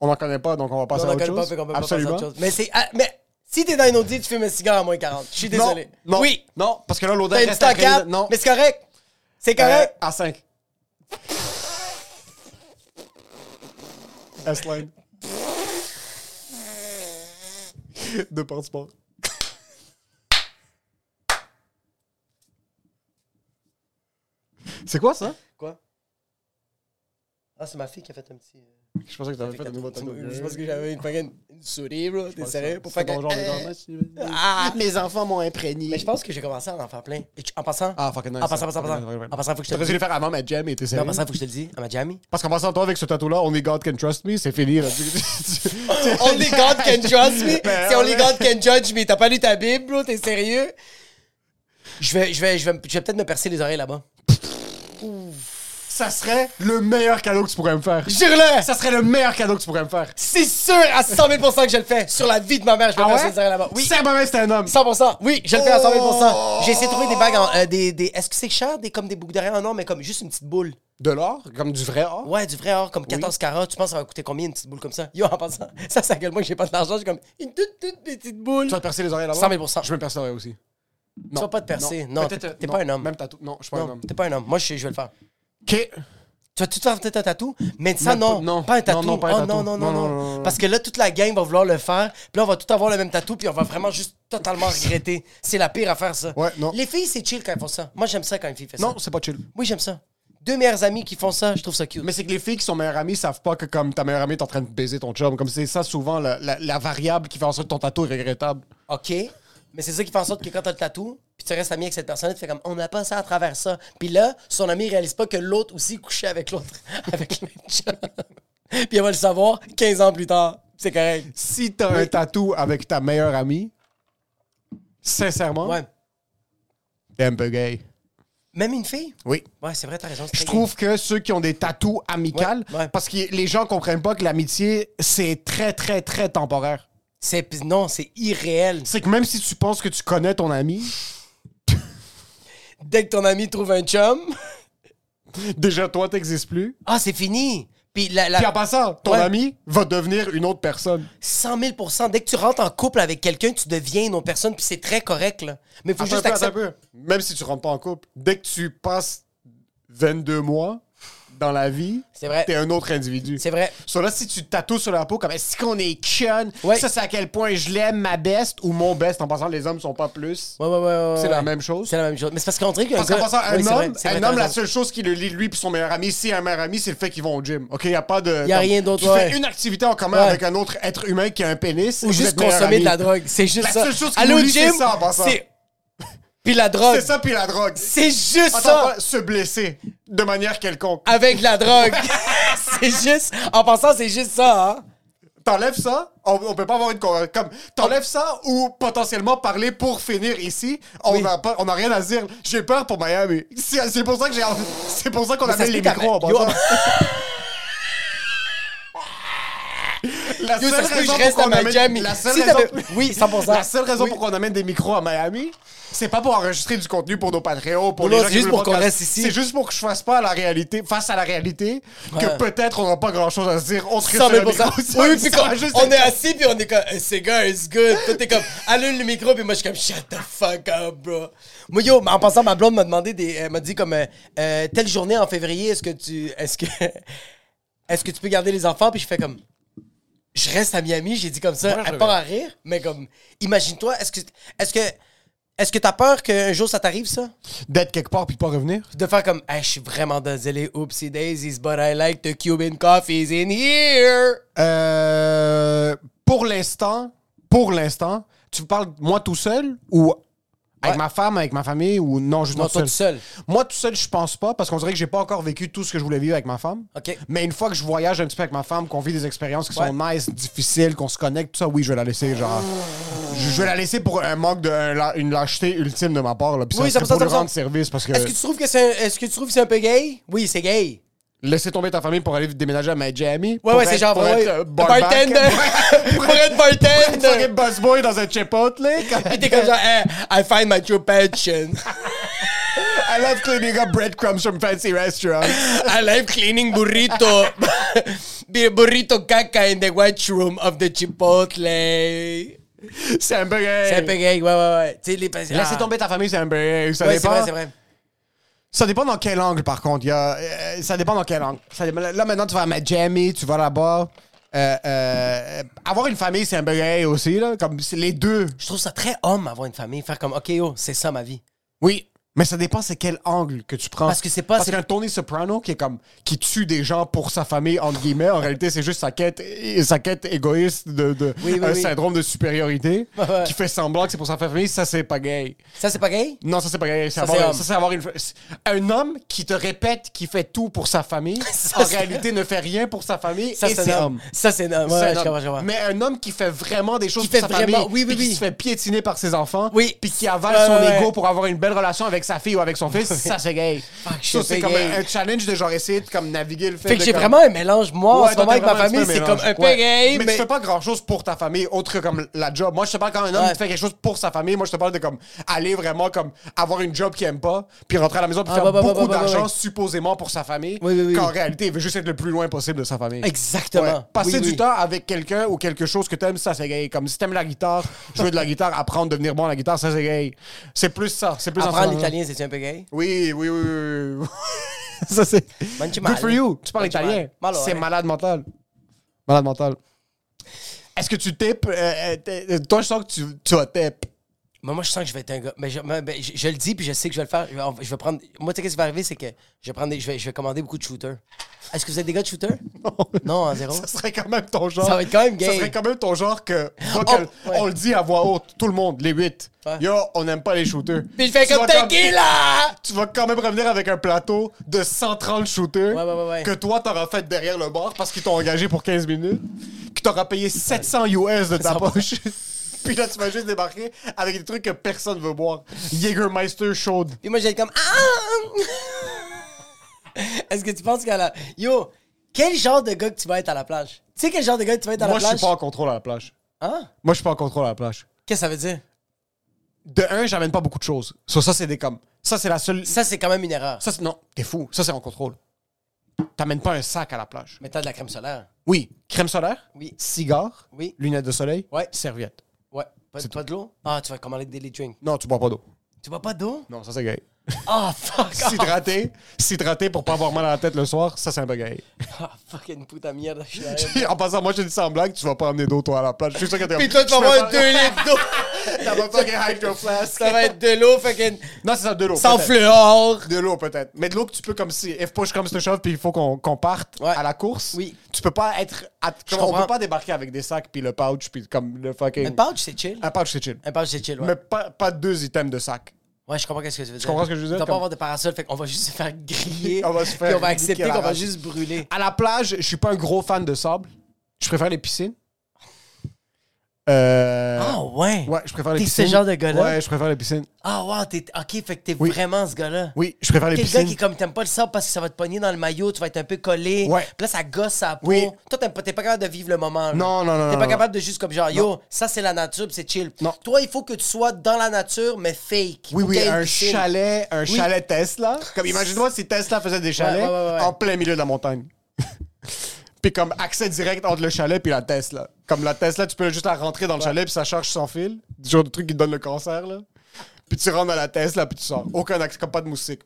On n'en connaît pas, donc on va passer
On
à
en
autre
connaît
chose.
pas, fait qu'on peut pas passer à
Absolument.
Ah, autre chose. Mais c'est. ah, Mais si t'es dans une Audi, tu fumes un cigare à moins 40. Je suis désolé.
Non, non,
Oui.
Non, parce que là, l'odeur
T'as une
reste la
stockade.
crise. Non.
Mais c'est correct. C'est
Euh,
correct.
à 5. Euh, S-line. De par sport. C'est quoi ça?
Quoi? Ah, c'est ma fille qui a fait un petit.
Je pensais que t'avais fait un nouveau tableau.
Je pense que j'avais une, fucking- une souris, bro. T'es sérieux? Pour
C'est
faire que-
ton genre de
Euh,
dormage.
Ah!
Mes enfants m'ont imprégné.
Mais je pense que j'ai commencé à en faire plein. Et tu- En passant.
Ah, fucking nice.
En passant, en passant, en
Ouais, ouais, ouais.
passant. En passant, faut que je te
T'aurais
le
dû
dise.
le faire avant, mais Jam était
Non,
sérieux.
En passant, faut que je te le dise. À ma jamie.
Parce qu'en passant, toi, avec ce tatou-là, Only God can trust me, c'est fini. là. Tu- tu- tu-
Only God can judge me.
Ben,
C'est Only
ouais.
God can judge me. T'as pas lu ta Bible, bro? T'es sérieux? Je vais, je vais, je vais, me- je vais peut-être me percer les oreilles là-bas.
Ça serait le meilleur cadeau que tu pourrais me faire.
Jure-le!
Ça serait le meilleur cadeau que tu pourrais me faire. Ah
C'est sûr à 100 000 que je le fais. Sur la vie de ma mère, je vais me percer les oreilles là-bas. Oui.
C'est ma mère, c'est un homme.
100%. Oui, je le fais à 100 000
Oh.
J'ai essayé de trouver des bagues en. euh, des, des, Est-ce que c'est cher? Des, comme des boucles d'oreilles en or, mais comme juste une petite boule.
De l'or, comme du vrai or.
Ouais, du vrai or, comme 14 carats. Tu penses ça va coûter combien une petite boule comme ça? Yo, en passant, ça, ça gueule moi que j'ai pas de l'argent. J'ai comme une toute, toute petite boule.
Tu vas te percer les oreilles là-bas.
100 000
Je me perce les oreilles aussi.
Tu vas pas te percer. Non,
Peut-être,
t'es-
euh,
t'es
non.
pas un homme.
Même tatou. Non, je suis pas un
Non,
homme.
t'es pas un homme. Moi, je, je vais le faire.
Ok.
Tu vas tout faire peut-être un tatou, mais ça,
Même
non.
pas- non.
Pas un
Non,
tatou.
non, pas un
Oh,
tatou.
non, non, non,
Non,
non,
non, non, non.
Parce que là, toute la gang va vouloir le faire, puis là, on va tout avoir le même tatou, puis on va vraiment juste totalement regretter. C'est la pire à faire, ça.
Ouais, non.
Les filles, c'est chill quand elles font ça. Moi, j'aime ça quand une fille fait ça.
Non, c'est pas chill.
Oui, j'aime ça. Deux meilleures amies qui font ça, je trouve ça cute.
Mais c'est que les filles qui sont meilleures amies savent pas que comme ta meilleure amie est en train de baiser ton chum. Comme c'est ça souvent la, la- la variable qui fait en sorte que ton tatou est regrettable.
OK. Mais c'est ça qui fait en sorte que quand t'as le tatou, puis tu restes ami avec cette personne, tu fais comme on a passé à travers ça. Puis là, son ami réalise pas que l'autre aussi couchait avec l'autre, avec le même chum. Puis elle va le savoir 15 ans plus tard. C'est correct.
Si t'as un tatou avec ta meilleure amie, sincèrement,
Ouais.
t'es un peu gay.
Même une fille?
Oui.
Ouais, c'est vrai, t'as raison. c'est
Je
très
trouve que ceux qui ont des tatous amicales,
Ouais, ouais.
parce que les gens comprennent pas que l'amitié, c'est très, très, très temporaire.
gay. C'est, pis non, c'est irréel.
C'est que même si tu penses que tu connais ton ami,
Dès que ton ami trouve un chum,
déjà toi, t'existes plus.
ah, c'est fini. Puis la, la-
Puis en passant, ton
Ah. Ouais.
ami va devenir une autre personne.
100 000 dès que tu rentres en couple avec quelqu'un, tu deviens une autre personne, puis c'est très correct, là. Mais faut
Attends
juste
un peu, attends
accepter.
un peu. Même si tu rentres pas en couple, dès que tu passes 22 mois dans la vie,
C'est vrai.
t'es un autre individu.
C'est vrai.
So là, si tu te tatoues sur la peau comme est-ce qu'on est con,
Ouais.
ça c'est à quel point je l'aime, ma best ou mon best. En passant, les hommes sont pas plus.
Ouais, ouais, ouais. ouais,
C'est
ouais.
la même chose.
C'est la même chose. Mais c'est parce qu'on dirait qu'un
Parce qu'en
gars-
passant, un
Oui, c'est vrai,
homme,
c'est vrai,
un
t'as
homme la
raison.
seule chose qui le lie lui puis son meilleur ami, si un meilleur ami, c'est le fait qu'ils vont au gym. OK, il n'y a pas de.
Y a
comme-
rien d'autre,
Tu
ouais.
fais une activité en commun
Ouais.
avec un autre être humain qui a un pénis.
Ou juste consommer de la drogue. C'est juste
La
ça.
seule chose qui
Allô,
nous lie, c'est
Jim?
ça, en passant.
C'est- Puis la
C'est
drogue.
ça, puis la drogue.
C'est juste
Attends,
ça.
pas se blesser de manière quelconque.
Avec la drogue. c'est juste. En passant, c'est juste ça, hein.
T'enlèves ça, on, on peut pas avoir une. con- euh, Comme, t'enlèves ça ou potentiellement parler pour finir ici, on n'a pas- on a rien à dire. J'ai peur pour Miami. C'est c'est pour ça que j'ai. C'est pour ça qu'on
ça
appelle
se
les
peut qu'après-
micros en
Yo,
passant. La
Yo,
seule
ça se peut que
raison
je reste
pour
à
qu'on amène-
Miami.
La seule
Si
raison-
t'avais- Oui, 100%.
La seule raison
Oui.
pour qu'on amène des micros à Miami, c'est pas pour enregistrer du contenu pour nos Patreons, pour
Non,
les gens
c'est
qui
juste
veulent
pour
le
qu'on
podcast.
reste ici.
C'est juste pour que je fasse pas à la réalité, face à la réalité, que
Ouais.
peut-être on n'a pas grand chose à se dire. On se crée
100
sur le
000
micro.
Oui, puis quand
Ça va juste
on
être-
est assis, puis on est comme, Eh, c'est gars, it's good. Toi, t'es comme, allume le micro, puis moi, je suis comme, shut the fuck up, bro. Moi, yo, en passant, ma blonde m'a demandé des. Elle m'a dit comme, euh, Euh, telle journée en février, est-ce que tu. Est-ce que. Est-ce que tu peux garder les enfants? Puis je fais comme. Je reste à Miami, j'ai dit comme ça,
Moi, je
elle part à rire, mais comme, imagine-toi, est-ce que. Est-ce que. Est-ce que t'as peur qu'un jour ça t'arrive, ça?
D'être quelque part puis de pas revenir.
de faire comme hey, je suis vraiment désolé oopsie daisies but I like the Cuban coffees in here
Euh, pour l'instant, pour l'instant, tu parles de moi tout seul ou Avec
Ouais.
ma femme, avec ma famille ou non, juste
Non,
moi
toi
tout seul.
tout seul.
Moi tout seul, je pense pas parce qu'on dirait que j'ai pas encore vécu tout ce que je voulais vivre avec ma femme.
OK.
Mais une fois que je voyage un petit peu avec ma femme, qu'on vit des expériences qui
Ouais.
sont nice, difficiles, qu'on se connecte, tout ça, oui, je vais la laisser genre je je vais la laisser pour un manque de un la- une lâcheté ultime de ma part là, puis
Oui,
ça,
ça me
c'est pour
semble-
lui
ça me
rendre
semble.
service parce que,
Est-ce que tu trouves que c'est un- est-ce que tu trouves que c'est un peu gay? Oui, c'est gay.
laisser tomber ta famille pour aller déménager à Miami.
Ouais,
pour
ouais, c'est
être-
genre
pour
ouais,
être, euh, barback.
bartender. Pour être
Pour être
bartender.
boss boy dans un chipotle.
Puis t'es comme genre, hey, I find my true passion.
I love cleaning up breadcrumbs from fancy restaurants.
I like cleaning burrito. Be a burrito caca in the white room of the Chipotle.
C'est un peu gay.
C'est un peu gay, ouais, ouais, ouais. Tu sais, les ah.
Laisser tomber ta famille, c'est un peu gay. Ça
Ouais, c'est
dépend.
vrai, c'est vrai.
Ça dépend dans quel angle, par contre. Il y a, euh, ça dépend dans quel angle. Ça dépend- là, maintenant, tu vas à Miami, tu vas là-bas. Euh, euh, avoir une famille, c'est un peu gay aussi. Là. Comme, c'est les deux.
Je trouve ça très homme avoir une famille, faire comme, OK, yo, c'est ça ma vie.
Oui. Mais ça dépend c'est quel angle que tu prends.
Parce que c'est pas-
Ah. Parce
c'est-
qu'un Tony Soprano qui est comme qui tue des gens pour sa famille entre guillemets, en réalité c'est juste sa quête et- sa quête égoïste de, de-
Oui, oui,
un
oui.
syndrome de supériorité
ouais.
qui fait semblant que c'est pour sa famille, ça c'est pas gay.
Ça, c'est pas gay?
Non, ça c'est pas gay. C'est
Ça, c'est
avoir-
homme.
ça, c'est avoir une c'est- un homme qui te répète qu'il fait tout pour sa famille,
Ça,
en
c'est-
réalité ne fait rien pour sa famille
Ça,
et
c'est
c'est
un
homme.
homme. Ça, c'est un homme. Ouais,
C'est un
je
homme.
comprends, je comprends.
Mais un homme qui fait vraiment des choses
Qui
pour
fait
sa
vraiment-
famille,
oui, oui,
puis qui
oui.
se fait piétiner par ses enfants,
Oui.
puis qui avale
Ouais,
son
ouais,
ego
ouais.
pour avoir une belle relation avec sa fille ou avec son fils, ça c'est gay.
je
ça
suis
c'est
pas
comme
gay.
un un challenge de genre essayer de comme naviguer le fait.
Fait que
de,
j'ai
comme-
vraiment un mélange. Moi,
Ouais,
en ce
toi,
moment,
t'as
avec ma
vraiment un petit
famille,
peu
Ah, c'est comme un peu
mélange.
gay,
Ouais.
mais...
tu fais pas grand chose pour ta famille, autre que comme la job. Moi, je te parle quand un homme
Ouais.
qui fait quelque chose pour sa famille. Moi, je te parle de comme aller vraiment comme avoir une job qu'il aime pas, puis rentrer à la maison, puis
Ah,
faire
bah, bah, bah,
beaucoup
bah, bah,
d'argent
ouais.
supposément pour sa famille.
Oui, oui, oui.
Qu'en réalité, il veut juste être le plus loin possible de sa famille.
Exactement.
Ouais. Passer
Oui,
du
oui.
temps avec quelqu'un ou quelque chose que t'aimes, ça c'est gay. Comme si t'aimes la guitare, jouer de la guitare, apprendre, devenir bon à la guitare, ça c'est gay. C'est plus ça. C'est plus
Apprendre
ensemble.
l'italien, c'est un peu gay?
Oui, oui, oui, oui. oui. ça c'est.
Manchi
Good
male.
for you. eh? Tu parles
Manchi
italien.
male. Malo,
C'est
ouais.
malade mental. Malade mental. Est-ce que tu tapes euh, Toi, je sens que tu, tu vas tape.
Mais moi, je sens que je vais être un gars. Mais je, mais- mais je- je le dis, puis je sais que je vais le faire. Je vais, je vais prendre. Moi, tu sais, qu'est-ce qui va arriver, c'est que je vais, prendre des- je, vais, je vais commander beaucoup de shooters. Est-ce que vous êtes des gars de shooters? Non. Non, en zéro.
Ça serait quand même ton genre.
Ça va être quand même gay.
Ça serait quand même ton genre que.
Oh,
toi, que-
ouais.
On le dit à voix haute, tout le monde, les huit.
Ouais.
Yo, on n'aime pas les shooters.
Puis je fais
Tu
comme
vas
tequila!
tu vas quand même revenir avec un plateau de 130 shooters
Ouais, ouais, ouais, ouais.
que toi t'auras fait derrière le bar parce qu'ils t'ont engagé pour 15 minutes, que t'auras payé 700 US de ta
Ça va.
poche. Puis là, tu vas juste débarquer avec des trucs que personne veut boire. Jägermeister chaude.
Puis moi, j'étais comme. Ah! Est-ce que tu penses qu'à la. Yo, quel genre de gars que tu vas être à la plage? Tu sais quel genre de gars que tu vas être à la
Moi, je suis
plage?
pas en contrôle à la plage.
Hein?
Moi, je suis pas en contrôle à la plage.
Qu'est-ce que ça veut dire?
De un, j'amène pas beaucoup de choses. So, ça, c'est des comme. Ça, c'est la seule.
Ça, c'est quand même une erreur.
Ça, c'est- non, t'es fou. Ça, c'est en contrôle. T'amènes pas un sac à la plage.
Mais t'as de la crème solaire.
Oui, crème solaire,
Oui.
cigare,
Oui.
lunettes de soleil,
Ouais.
serviette.
Ouais. Pas,
C'est
pas de l'eau? Ah, tu vas commander des daily drink.
Non, tu bois pas d'eau.
Tu bois pas d'eau?
Non, ça, c'est gay.
Ah, fuck! off.
S'hydrater, s'hydrater pour pas avoir mal à la tête le soir, ça c'est un bagay.
Ah, fucking puta merde, je suis là.
en passant, moi je te dis sans blague, tu vas pas emmener d'eau toi à la plage. Je suis sûr que t'es
Euh, Puis toi, tu vas
Je
avoir
me-
2 litres d'eau.
T'as pas fucking hide your flask.
Ça va être de l'eau fucking
Non, c'est ça, de l'eau.
sans
peut-être.
fleur.
De l'eau peut-être. Mais de l'eau que tu peux comme si, if push comes to shove, puis il faut qu'on qu'on parte
Ouais.
à la course.
Oui.
Tu peux pas être. à-
Je
on peut
comprends.
pas débarquer avec des sacs puis le pouch puis comme le fucking.
Un pouch, c'est chill.
Un pouch c'est chill.
Un pouch, c'est chill, ouais.
Mais pas, pas deux items de sac.
Ouais, je comprends qu'est-ce que tu veux dire.
comprends ce que je veux dire,
On va
comme-
pas avoir de parasol, fait qu'on va juste se faire griller.
On va se faire
Puis on va
niquer
accepter
la
qu'on va
race.
juste brûler.
À la plage, je suis pas un gros fan de sable. Je préfère les piscines. Euh...
Ah ouais?
Ouais, je préfère les
T'es
piscines.
ce genre de gars-là?
Ouais, je préfère les piscines.
Ah wow, t'es... Ok, fait que t'es
Oui.
vraiment ce gars-là.
Oui, je préfère les
T'es le gars
piscines.
qui, comme, t'aimes pas le sable parce que ça va te pogner dans le maillot, tu vas être un peu collé.
Ouais.
Puis là, ça gosse sa peau.
Oui.
Toi, t'aimes pas, t'es pas capable de vivre le moment. là.
Non, non, non,
T'es
non,
pas
non.
capable de juste comme genre, yo, ça c'est la nature, puis c'est chill.
Non.
Toi, il faut que tu sois dans la nature, mais fake.
Oui,
Faut
oui,
qu'il y ait une
un
piscine.
chalet, un
Oui.
chalet Tesla. Comme imagine-moi si Tesla faisait des chalets
ouais, ouais, ouais.
en plein milieu de la montagne. puis comme accès direct entre le chalet puis la Tesla. Comme la Tesla, tu peux juste la rentrer dans le chalet puis ça charge sans fil. Du genre de truc qui te donne le cancer là. Puis tu rentres dans la Tesla puis tu sors. Aucun accès, comme pas de moustique.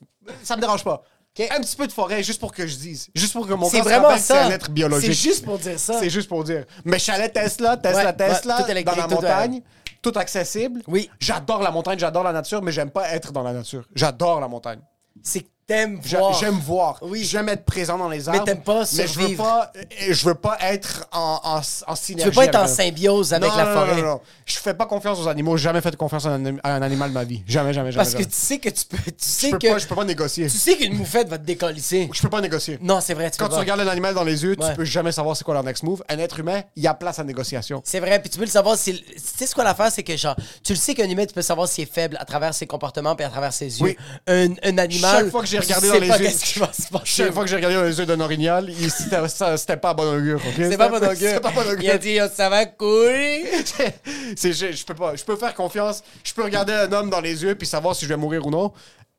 Ça me dérange pas. Un petit peu de forêt, juste pour que je dise. Juste pour que mon
C'est
corps se
vraiment
rappelle que
ça.
C'est un être biologique.
C'est juste pour dire ça.
C'est juste pour dire. Mais chalet Tesla, Tesla,
Ouais,
Tesla,
ouais, tout électrique,
dans la
tout,
montagne, tout accessible.
Oui.
J'adore la montagne, j'adore la nature, mais j'aime pas être dans la nature. J'adore la montagne.
C'est T'aimes
J'a-
voir.
J'aime voir.
Oui.
J'aime être présent dans les arbres.
t'aimes pas
Mais je veux
survivre.
pas, et je veux pas être en, en, en
Tu
synergie.
veux pas être en
avec-
symbiose avec
Non,
la
non, non,
forêt.
non, non. Je fais pas confiance aux animaux. J'ai Jamais fait confiance à un, anim- à un animal de ma vie. Jamais, jamais, jamais.
Parce que
jamais.
tu sais que tu peux. Tu sais
je, peux
que.
pas, je peux pas négocier.
Tu sais qu'une moufette va te décolisser.
Je peux pas négocier.
Non, c'est vrai, tu
Quand
peux
tu
pas.
regardes un animal dans les yeux,
Ouais.
tu peux jamais savoir c'est quoi leur next move. Un être humain, il y a place à négociation.
C'est vrai, puis tu peux le savoir. si- Tu sais ce qu'on a l'affaire, c'est que genre, tu le sais qu'un humain, tu peux savoir s'il est faible à travers ses comportements et à travers ses yeux.
Oui.
Un, un animal.
Chaque fois que j'ai
tu
regardé
sais
dans les
pas
yeux-
qu'est-ce qui va se passer.
Chaque fois que j'ai regardé dans les yeux d'un orignal, il- c'était ça- c'était pas à bon augure. ok?
C'est pas mon
C'était pas bon augure.
Il a dit, Yo, ça va couler.
C'est- je, je peux pas. Je peux faire confiance. Je peux regarder un homme dans les yeux puis savoir si je vais mourir ou non.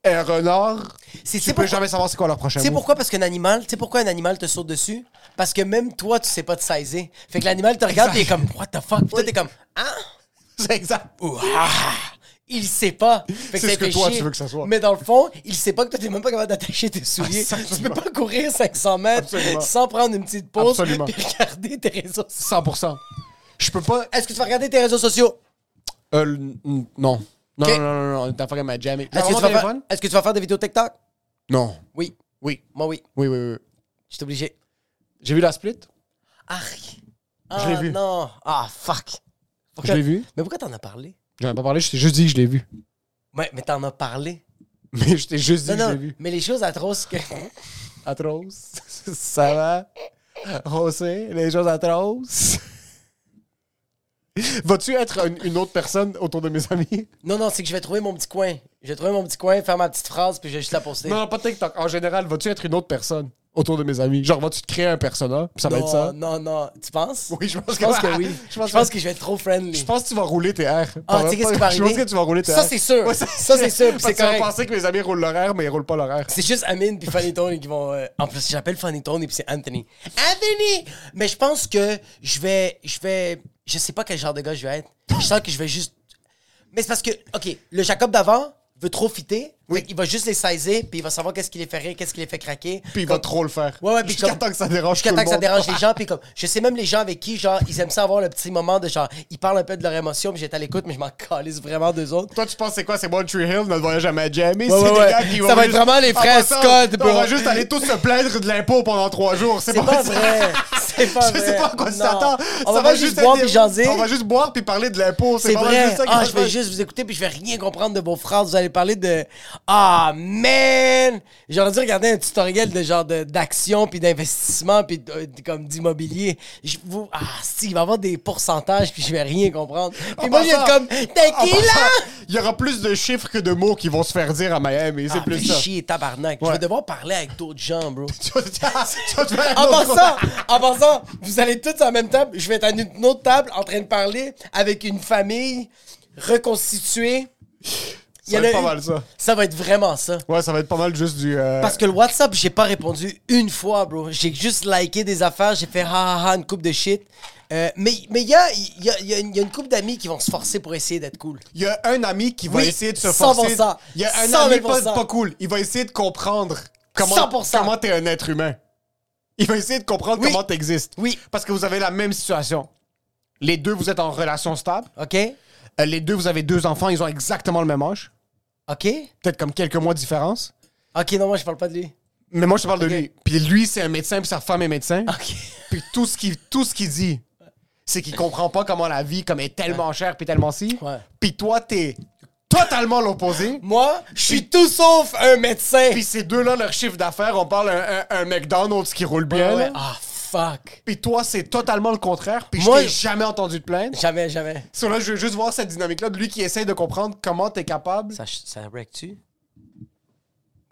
Un renard,
C'est-
tu
c'est
peux
pourquoi-
jamais savoir c'est quoi leur prochain
Tu sais
move.
pourquoi? Parce qu'un animal, tu sais pourquoi un animal te saute dessus? Parce que même toi, tu sais pas te sizer. Fait que l'animal te regarde et est comme, what the fuck? Puis toi, t'es comme, hein?
C'est exact.
Ouah! Il sait pas. Fait
C'est
ça
ce que
fait
toi, tu veux que ça soit.
Mais dans le fond, il sait pas que toi, t'es même pas capable d'attacher tes souliers. tu peux
Absolument.
pas courir 500 mètres
Absolument.
sans prendre une petite pause et
Absolument.
regarder tes réseaux sociaux.
100%. Je peux pas.
Est-ce que tu vas regarder tes réseaux sociaux?
Euh, n- n- non. Non,
Ok.
non, non, non, non, t'as fait ma jam. J'ai
Est-ce que,
mon
tu vas faire...
téléphone?
Est-ce que tu vas faire des vidéos TikTok?
Non.
Oui.
Oui.
Moi, oui.
Oui, oui, oui.
Je suis obligé.
J'ai vu la split.
Ah, ah
l'ai vu.
non. Ah, fuck.
Je l'ai vu.
Mais pourquoi t'en as parlé?
J'en ai pas parlé, je t'ai juste dit que je l'ai vu.
Mais, mais t'en as parlé.
Mais je t'ai juste dit
Non,
que je l'ai
non,
vu.
mais les choses atroces que...
Atroce. Ça va? José, les choses atroces. Vas-tu être une, une autre personne autour de mes amis?
Non, non, c'est que je vais trouver mon petit coin. Je vais trouver mon petit coin, faire ma petite phrase, puis je vais juste la poster.
Non, non, pas TikTok. En général, vas-tu être une autre personne autour de mes amis? Genre, vas-tu te créer un persona? Puis ça va
non,
être ça?
non, non. Tu penses?
Oui, je pense
Je pense
que,
que oui.
Je pense, que...
je vais être trop friendly.
Je pense que tu vas rouler tes airs.
Ah, tu sais qu'est-ce qui va
Je pense
arriver?
que tu vas rouler tes
Ça,
airs.
c'est sûr. Ça, c'est sûr, puis c'est
Parce que Tu vas
correct.
penser que mes amis roulent leur air, mais ils roulent pas leur air.
C'est juste Amine puis Funny Tone qui vont. euh, En plus, j'appelle Funny Tone et puis c'est Anthony. Anthony! Mais je pense que je vais. Je vais. Je sais pas quel genre de gars je vais être. Je sens que je vais juste. Mais c'est parce que, OK, le Jacob d'avant veut trop fitter. Oui. Il va juste les saisir puis il va savoir qu'est-ce qui les fait rire, qu'est-ce qui les fait craquer.
Puis il
Comme-
va trop le faire.
Ouais, ouais, puis
Jusqu'à
comme-
temps que ça dérange
Jusqu'à
tout
temps
le
que ça
monde.
dérange les gens, puis comme, je sais même les gens avec qui, genre, ils aiment ça avoir le petit moment de genre, ils parlent un peu de leur émotion, puis j'étais à l'écoute, mais je m'en calisse vraiment d'eux autres.
Toi, tu penses c'est quoi? C'est One Tree Hill, notre voyage à Miami?
ouais,
c'est des
ouais.
gars qui
Ça
vont
va être
juste-
vraiment les
En
frères
passant,
Scott,
On
bro.
va juste aller tous se plaindre de l'impôt pendant trois jours. C'est
C'est
pas,
pas
ça.
vrai. C'est pas
Je
vrai.
sais pas à quoi tu
Non.
t'attends.
On
Ça
va pas juste
être
boire
des-
puis jaser.
On va juste boire puis parler de l'impôt.
C'est
vraiment
vrai.
juste ça qui
ah,
va
je
se
vais
faire.
juste vous écouter puis je vais rien comprendre de vos phrases. Vous allez parler de Ah, man! J'aurais dû regarder un tutoriel de genre de- d'action puis d'investissement puis de- de- comme d'immobilier. Je vous Ah, si, il va y avoir des pourcentages puis je vais rien comprendre. Puis
En
moi, je vais être
passant-
comme T'es
En
qui là?
passant, Il y aura plus de chiffres que de mots qui vont se faire dire à Miami. C'est
Ah,
plus
fais
ça.
chier, tabarnak. Je
Ouais.
vais devoir parler avec d'autres gens, bro.
Tu vas te- tu vas te faire un
Ah, En
autre-
passant, en passant, vous allez tous à la même table. Je vais être à une autre table en train de parler avec une famille reconstituée. Il y
Ça
en
va
a
être pas
une-
mal ça.
Ça va être vraiment ça.
Ouais, ça va être pas mal juste du. euh,
Parce que le WhatsApp, j'ai pas répondu une fois, bro. J'ai juste liké des affaires, j'ai fait ha ha ha une coupe de shit. Euh, mais mais il y a, il y, a, il y a une- il y a une couple d'amis qui vont se forcer pour essayer d'être cool.
Il y a un ami qui va
Oui,
essayer de se
100%.
forcer. Il y a un ami pas,
100%.
pas cool. Il va essayer de comprendre comment
100%.
comment t'es un être humain. Il va essayer de comprendre
Oui.
comment t'existes.
Oui.
Parce que vous avez la même situation. Les deux, vous êtes en relation stable.
OK?
Euh, Les deux, vous avez deux enfants. Ils ont exactement le même âge.
OK?
Peut-être comme quelques mois de différence.
OK, non, moi, je parle pas de lui.
Mais moi, je te parle
Ok. Ah.
de lui. Puis lui, c'est un médecin, puis sa femme est médecin.
OK.
Puis tout ce qu'il tout ce qu'il dit, c'est qu'il comprend pas comment la vie comme est tellement chère, puis tellement si.
Ouais.
Puis toi, t'es totalement l'opposé.
Moi, je suis tout sauf un médecin.
Puis ces deux-là, leur chiffre d'affaires, on parle un, un- un McDonald's qui roule bien.
Ouais,
là.
ouais. Ah, fuck.
Puis toi, c'est totalement le contraire. Puis
Moi,
je t'ai
je-
jamais entendu de plaindre.
Jamais, jamais.
Sur là, je veux juste voir cette dynamique-là de lui qui essaye de comprendre comment t'es capable.
Ça, ça wreck-tu?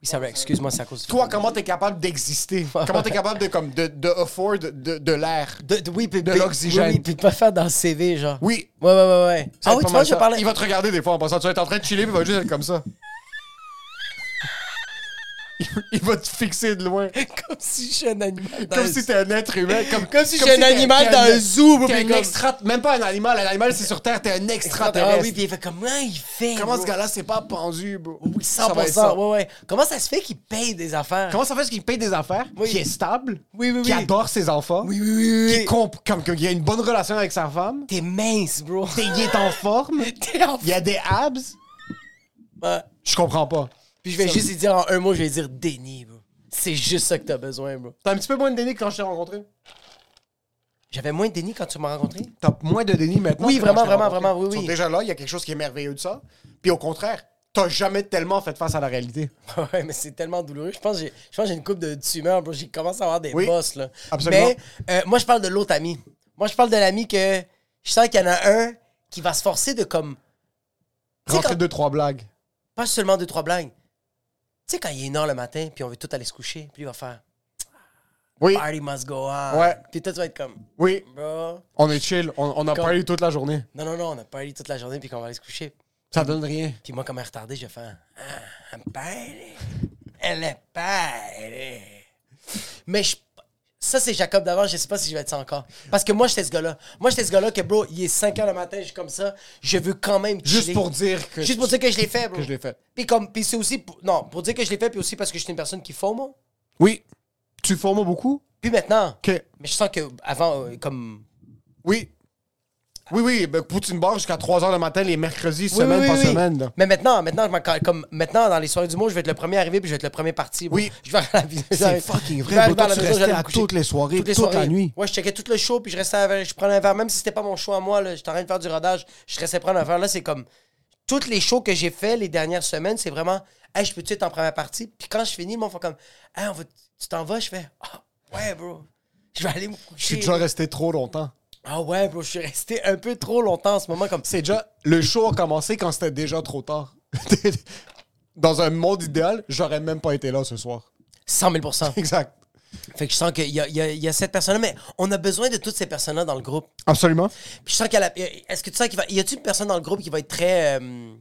Oui, ça wreck. Excuse-moi, c'est à cause du...
Toi, comment t'es capable d'exister. comment t'es capable de, comme, de, de afford de, de l'air.
De, de- oui, puis,
De
puis-
l'oxygène.
Oui, oui, puis pas faire dans le CV, genre.
Oui.
Ouais, ouais, ouais, ouais. ah
Ça va
oui, tu
être pas
vois,
mal
je
ça.
parlais...
Il va te regarder des fois en passant. Tu vas être en train de chiller, puis il va juste être comme ça. Il- Il va te fixer de loin.
Comme si j'étais un animal. dans
Comme
un-
si t'es un être humain. Comme,
Comme si j'étais
t'es-
un animal
t'es
dans un zoo, bro,
T'es
puis
un
comme-
extra... Même pas un animal. Un animal, c'est sur Terre. T'es un
Ah
extraterrestre.
oui, puis il fait comment il fait?
Comment
bro?
ce gars-là s'est pas pendu, bro?
Oui, 100%.
Ça va être ça.
Ouais, ouais. Comment ça se fait qu'il paye des affaires?
Comment ça fait qu'il paye des affaires,
Oui.
qui est stable,
Oui, oui,
qui
oui.
adore ses enfants,
Oui, oui, oui, oui.
qui comp- comme comme- qui a une bonne relation avec sa femme,
T'es mince, bro.
il est en forme,
T'es en
il y a des abs?
Ouais.
Je comprends pas.
Puis je vais juste lui dire en un mot, je vais lui dire déni, bro. C'est juste ça que t'as besoin, bro.
T'as un petit peu moins de déni que quand je t'ai rencontré.
J'avais moins de déni quand tu m'as rencontré.
T'as moins de déni maintenant.
Oui,
que quand
vraiment,
je t'ai
vraiment,
rencontré.
vraiment, oui,
Ils sont
oui.
déjà là, il y a quelque chose qui est merveilleux de ça. Puis au contraire, t'as jamais tellement fait face à la réalité.
Ouais, mais c'est tellement douloureux. Je pense que j'ai, je pense que j'ai une coupe de tumeurs, bro. J'ai commencé à avoir des
Oui,
bosses, là.
absolument.
Mais euh, moi, je parle de l'autre ami. Moi, je parle de l'ami que je sens qu'il y en a un qui va se forcer de comme. Tu sais,
Rentrer
quand-
deux, trois blagues.
Pas seulement deux, trois blagues. Tu sais, quand il est une heure le matin, puis on veut tout aller se coucher, puis il va faire
Oui,
Party must go on.
Ouais.
Puis toi, tu vas être comme
oui,
Bro.
on est chill, on, on a
Quand-
parlé toute la journée.
Non, non, non, on a party toute la journée, puis qu'on va aller se coucher.
Ça donne rien.
Puis moi, comme elle est retardée, je fais ah, elle me pèle. Elle est pèle. Mais je- ça, c'est Jacob d'avant. Je sais pas si je vais être ça encore. Parce que moi, j'étais ce gars-là. Moi, j'étais ce gars-là que, bro, il est 5 h le matin, je suis comme ça. Je veux quand même
Juste
chiller.
pour dire que-
Juste pour dire que je l'ai fait, bro.
que je l'ai fait.
Puis comme... Puis c'est aussi... pour- Non, pour dire que je l'ai fait, puis aussi parce que je suis une personne qui FOMO.
Oui. Tu formes beaucoup?
Puis maintenant...
OK.
Mais je sens que avant, euh, comme...
Oui. Oui, oui, ben, poutine barre jusqu'à 3 h le matin, les mercredis,
Oui,
semaine
oui,
par
oui, oui.
semaine. là.
Mais maintenant, maintenant, je m'en cal- comme maintenant dans les soirées du mot, je vais être le premier arrivé puis je vais être le premier parti. bro.
Oui.
Je vais à la vie-
C'est fucking vrai,
Je vais arriver
bro.
à
Toi,
la maison, je
tu
vais
restais
aller
à
me coucher.
toutes les soirées,
les
toute la
soirées.
nuit.
Ouais, je checkais tout le show puis je restais à- je prenais un verre même si c'était pas mon show à moi là, j'étais en train de faire du rodage, je restais prendre un verre là, c'est comme toutes les shows que j'ai fait les dernières semaines, c'est vraiment hey, je peux tu être en première partie puis quand je finis, ils m'ont fait comme hey, on va tu t'en vas, je fais ah ouais, bro. Je vais aller me
Je
coucher.
suis déjà resté trop longtemps.
Ah ouais, bro, je suis resté un peu trop longtemps en ce moment comme
C'est déjà. Le show a commencé quand c'était déjà trop tard. Dans un monde idéal, j'aurais même pas été là ce soir.
100 000
Exact.
Fait que je sens qu'il y a, il y a- il y a cette personne-là, mais on a besoin de toutes ces personnes-là dans le groupe.
Absolument.
Puis je sens qu'elle a. Est-ce que tu sens qu'il va. Y a-tu une personne dans le groupe qui va être très. euh,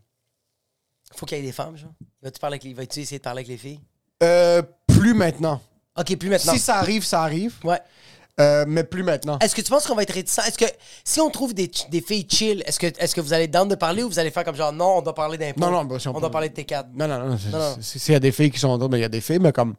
Faut qu'il y ait des femmes, genre Va-tu parler avec les... Vas-tu essayer de parler avec les filles
Euh, plus maintenant.
Ok, plus maintenant.
Si ça arrive, ça arrive.
Ouais.
Euh, mais plus maintenant.
Est-ce que tu penses qu'on va être réticent Est-ce que si on trouve des, ch- des filles chill, est-ce que, est que vous allez être down de parler ou vous allez faire comme genre non, on doit parler d'impôts
Non, non, bah, si on
on,
peut-
doit parler de T4.
Non, non, non. c'est-
Non, non.
c'est- S'il y a des filles qui sont en mais il y a des filles, mais comme.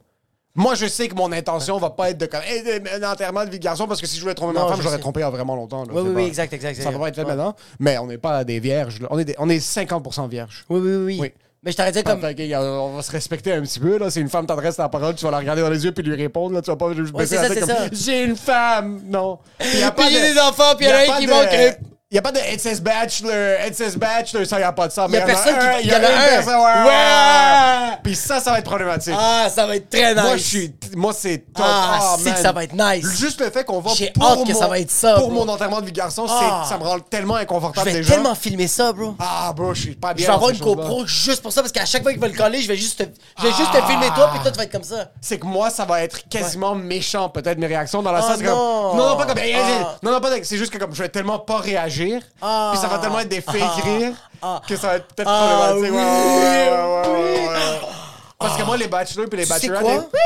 Moi, je sais que mon intention va pas être de comme. Hey, un enterrement de vie de garçon, parce que si je voulais tromper ma
Non,
femme,
je
j'aurais
sais.
trompé il y a vraiment longtemps. là.
Oui,
C'est
oui, oui,
pas-
exact, exact,
Ça va pas être fait
exact.
maintenant, mais on n'est pas des vierges. là. On est, des- on est 50% vierges.
Oui, oui, oui.
Oui.
Mais je t'aurais dit comme.
Fait que, euh, on va se respecter un petit peu. là. C'est une femme t'adresse ta parole, tu vas la regarder dans les yeux puis lui répondre. Là. Tu vas pas juste
Ouais,
baisser
c'est
la
ça,
tête
c'est
comme
ça.
J'ai une femme! Non. Il
Puis j'ai des enfants, puis il y en a un qui manque.
Il n'y a pas de It says Bachelor, It says Bachelor, ça, il n'y a pas de ça. mais
y a personne
un,
qui-
Il y en a
il y en a
une
un.
personne, ouais.
Ouais.
Puis ça, ça va être problématique.
Ah, ça va être très nice.
Moi, je suis. Moi, c'est top.
Ah, c'est
man.
que ça va être nice.
Juste le fait qu'on va.
J'ai
pour
hâte que
mon-
ça va être ça,
Pour
bro.
mon enterrement de vie de garçon, c'est-
Ah.
ça me rend tellement
Je
inconfortable
vais
déjà.
tellement filmer ça, bro.
Ah, bro, je suis pas bien.
Je vais avoir
dans
une
ces choses-là.
GoPro juste pour ça parce qu'à chaque fois qu'ils veulent coller, je vais juste te, je vais juste te filmer toi puis toi tu vas être comme ça.
c'est que moi, ça va être quasiment méchant, peut-être, mes réactions, dans la
Ah
sens que comme...
non.
Non, non, pas comme... eh,
Ah.
Non, non, pas de- C'est juste que comme je vais tellement pas réagir,
Ah.
puis ça va tellement être des fake
Ah.
rires,
Ah.
que ça va être peut-être
Ah,
problématique.
oui,
Ouais, ouais, ouais, ouais,
oui.
ouais, ouais. Parce que moi, les bachelors puis les
Tu sais
bachelorettes...
quoi?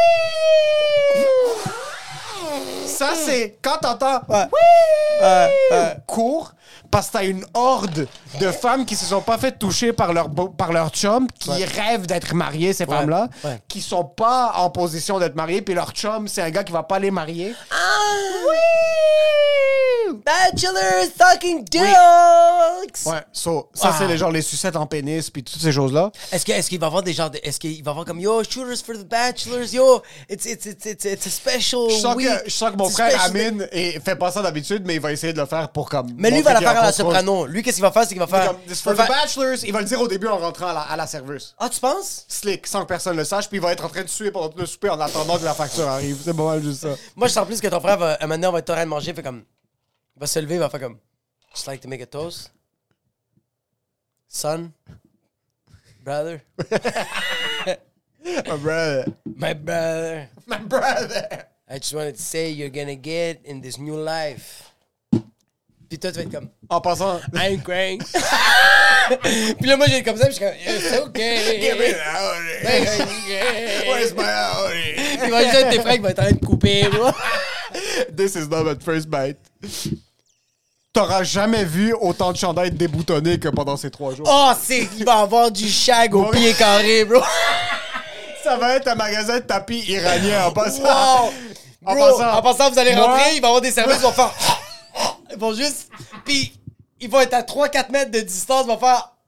les- Ça, c'est quand t'entends... court parce que t'as une horde de femmes qui se sont pas fait toucher par leur, beau- par leur chum, qui rêvent d'être mariées, ces femmes-là,
ouais.
qui sont pas en position d'être mariées, puis leur chum, c'est un gars qui va pas les marier.
Ah! Bachelor talking dicks.
Ouais, so, ça,
Ah.
c'est les, genre les sucettes en pénis, puis toutes ces choses-là.
Est-ce que est-ce qu'il va y avoir des gens de- est-ce qu'il va y avoir comme yo shooters for the bachelors yo it's it's it's it's, it's a special
Je sens,
week.
que, je sens que mon
It's a
frère
special-
Amine et fait pas ça d'habitude, mais il va essayer de le faire pour comme.
Mais lui il va
montrer
la
qu'il est
faire à
en
la
contrôle.
soprano. Lui qu'est-ce qu'il va faire c'est qu'il va
Mais
faire
comme, for
il va
the
faire-
bachelors, il va le dire au début en rentrant à la, à la serveuse.
Ah, tu penses
Slick, sans que personne le sache, puis il va être en train de suer pendant tout le souper en attendant que la facture arrive. C'est pas mal juste ça.
Moi, je sens plus que ton frère, va, un moment donné, on va être en train de manger, fait comme. Il va se lever, il va faire comme. Just like to make a toast. Son. Brother.
My brother.
My brother.
My brother.
I just wanted to say you're gonna get in this new life. Puis toi, tu vas être comme.
En passant.
I'm crying. Puis là, moi, je vais être comme ça, puis je suis comme. It's okay.
the
Okay.
Where's my honey?
Il va juste être tes frères qui vont être en train de couper, moi.
This is not my first bite. T'auras jamais vu autant de chandails déboutonnés que pendant ces trois jours.
Oh, c'est. Il va avoir du shag au pied carré, bro.
Ça va être un magasin de tapis iranien en passant.
Wow!
En
Bro,
passant.
vous allez
Moi-
rentrer, il va y avoir des services, ils vont faire. Ils vont juste. Puis, ils vont être à 3-4 mètres de distance, ils vont faire.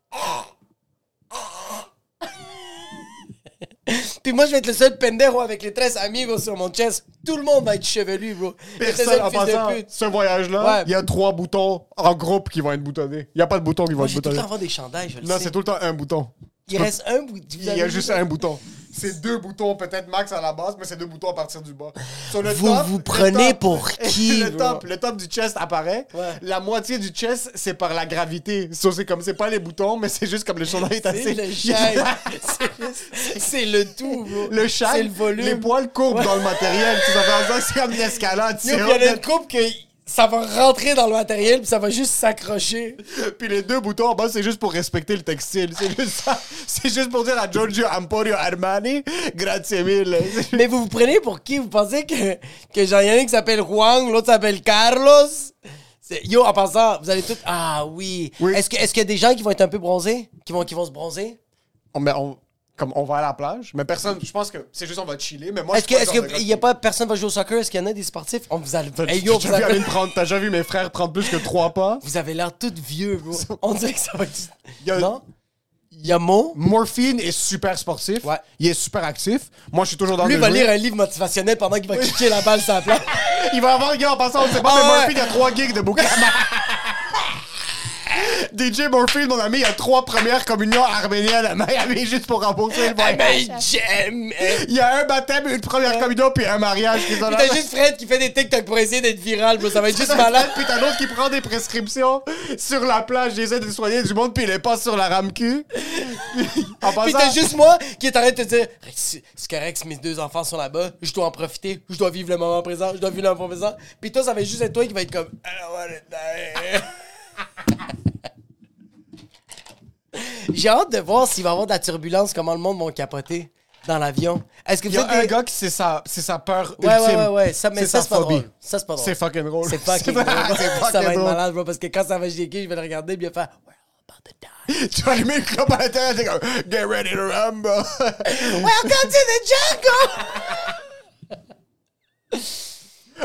Puis moi, je vais être le seul pendejo avec les 13 amigos sur mon chest. Tout le monde va être chevelu, bro.
Personne, en
le seul fils
passant,
de pute.
ce voyage-là,
Ouais.
il y a trois boutons en groupe qui vont être boutonnés. Il n'y a pas de bouton qui va
Moi,
être
j'ai tout le
boutonné.
temps avoir des chandails, je le
Non,
sais.
c'est tout le temps un bouton.
Il reste un bout.
Il y a juste un bouton. C'est deux boutons, peut-être max à la base, mais c'est deux boutons à partir du bas. Sur le
Vous vous
le
prenez pour qui,
le,
bro?
top, le top du chest apparaît.
Ouais.
La moitié du chest, c'est par la gravité. So, c'est comme, c'est pas les boutons, mais c'est juste comme le chandail est assez.
C'est le shag. C'est- C'est le tout, bro.
Le shag,
C'est le volume.
les poils courbent dans le matériel. Tu sais, ça fait en sorte que c'est comme une escalade. tu
Yo,
sais,
puis il y en a
honnête.
une coupe que ça va rentrer dans le matériel, puis ça va juste s'accrocher.
Puis les deux boutons en bas, c'est juste pour respecter le textile. C'est juste ça. C'est juste pour dire à Giorgio Emporio Armani, grazie mille.
Mais vous vous prenez pour qui? Vous pensez que, que genre, il y en a un qui s'appelle Juan, l'autre s'appelle Carlos? C'est- Yo, en passant, vous allez tous... Ah oui.
Oui.
Est-ce que- est-ce qu'il y a des gens qui vont être un peu bronzés? Qui vont, qui vont se bronzer?
On, mais on- comme on va à la plage, mais personne, je pense que c'est juste on va chiller, mais moi,
Est-ce que, est-ce que y a pas personne va jouer au soccer? Est-ce qu'il y en a des sportifs? On vous a,
T'as
Hey, yo, vous
déjà, vu
avez,
Aline prendre- t'as déjà vu mes frères prendre plus que trois pas?
vous avez l'air tout vieux, bro. On dirait que ça va être...
Y a-
Non? Il y a Mo.
Morphine est super sportif.
Ouais.
Il est super actif. Moi, je suis toujours dans
Lui
le
va
jeu.
lire un livre motivationnel pendant qu'il va kicker la balle sur la plage.
Il va avoir, gars, en passant, on sait pas,
Ah
mais
ouais.
Morphine, il y a trois gigs de bouquins. DJ Morphine, mon ami, il y a trois premières communions arméniennes à Miami juste pour rembourser le voyage.
Mais Eh ben, j'aime! eh.
Il y a un baptême, une première communion, puis un mariage qui est dans
Puis
la-
t'as juste Fred qui fait des TikTok pour essayer d'être viral, bro. Ça va être juste malade.
Puis t'as l'autre qui prend des prescriptions sur la plage, j'essaie de soigner du monde, puis il les passe sur la rame cul. Puis- en
Puis
passant,
t'as juste moi qui est en train de te dire c'est c'est correct si mes deux enfants sont là-bas, je dois en profiter, je dois vivre le moment présent, je dois vivre le moment présent. Puis toi, ça va juste être toi qui va être comme Ah, I don't wanna die. J'ai hâte de voir s'il va y avoir de la turbulence, comment le monde va capoter dans l'avion. Est-ce que
il
vous
y a
êtes
un
des-
gars qui c'est sa, c'est sa peur
Ouais, ouais,
ultime.
ouais, ouais, ça, mais
C'est
ça,
sa
c'est pas
phobie.
drôle. Ça, c'est pas drôle.
C'est fucking drôle.
C'est fucking drôle. ça
C'est fucking
va être
drôle.
malade, bro, parce que quand ça va chiquer, je vais le regarder et bien faire We're all about to die.
Tu vas allumer le club à l'intérieur, t'es comme Get ready to rumble.
Welcome to the jungle!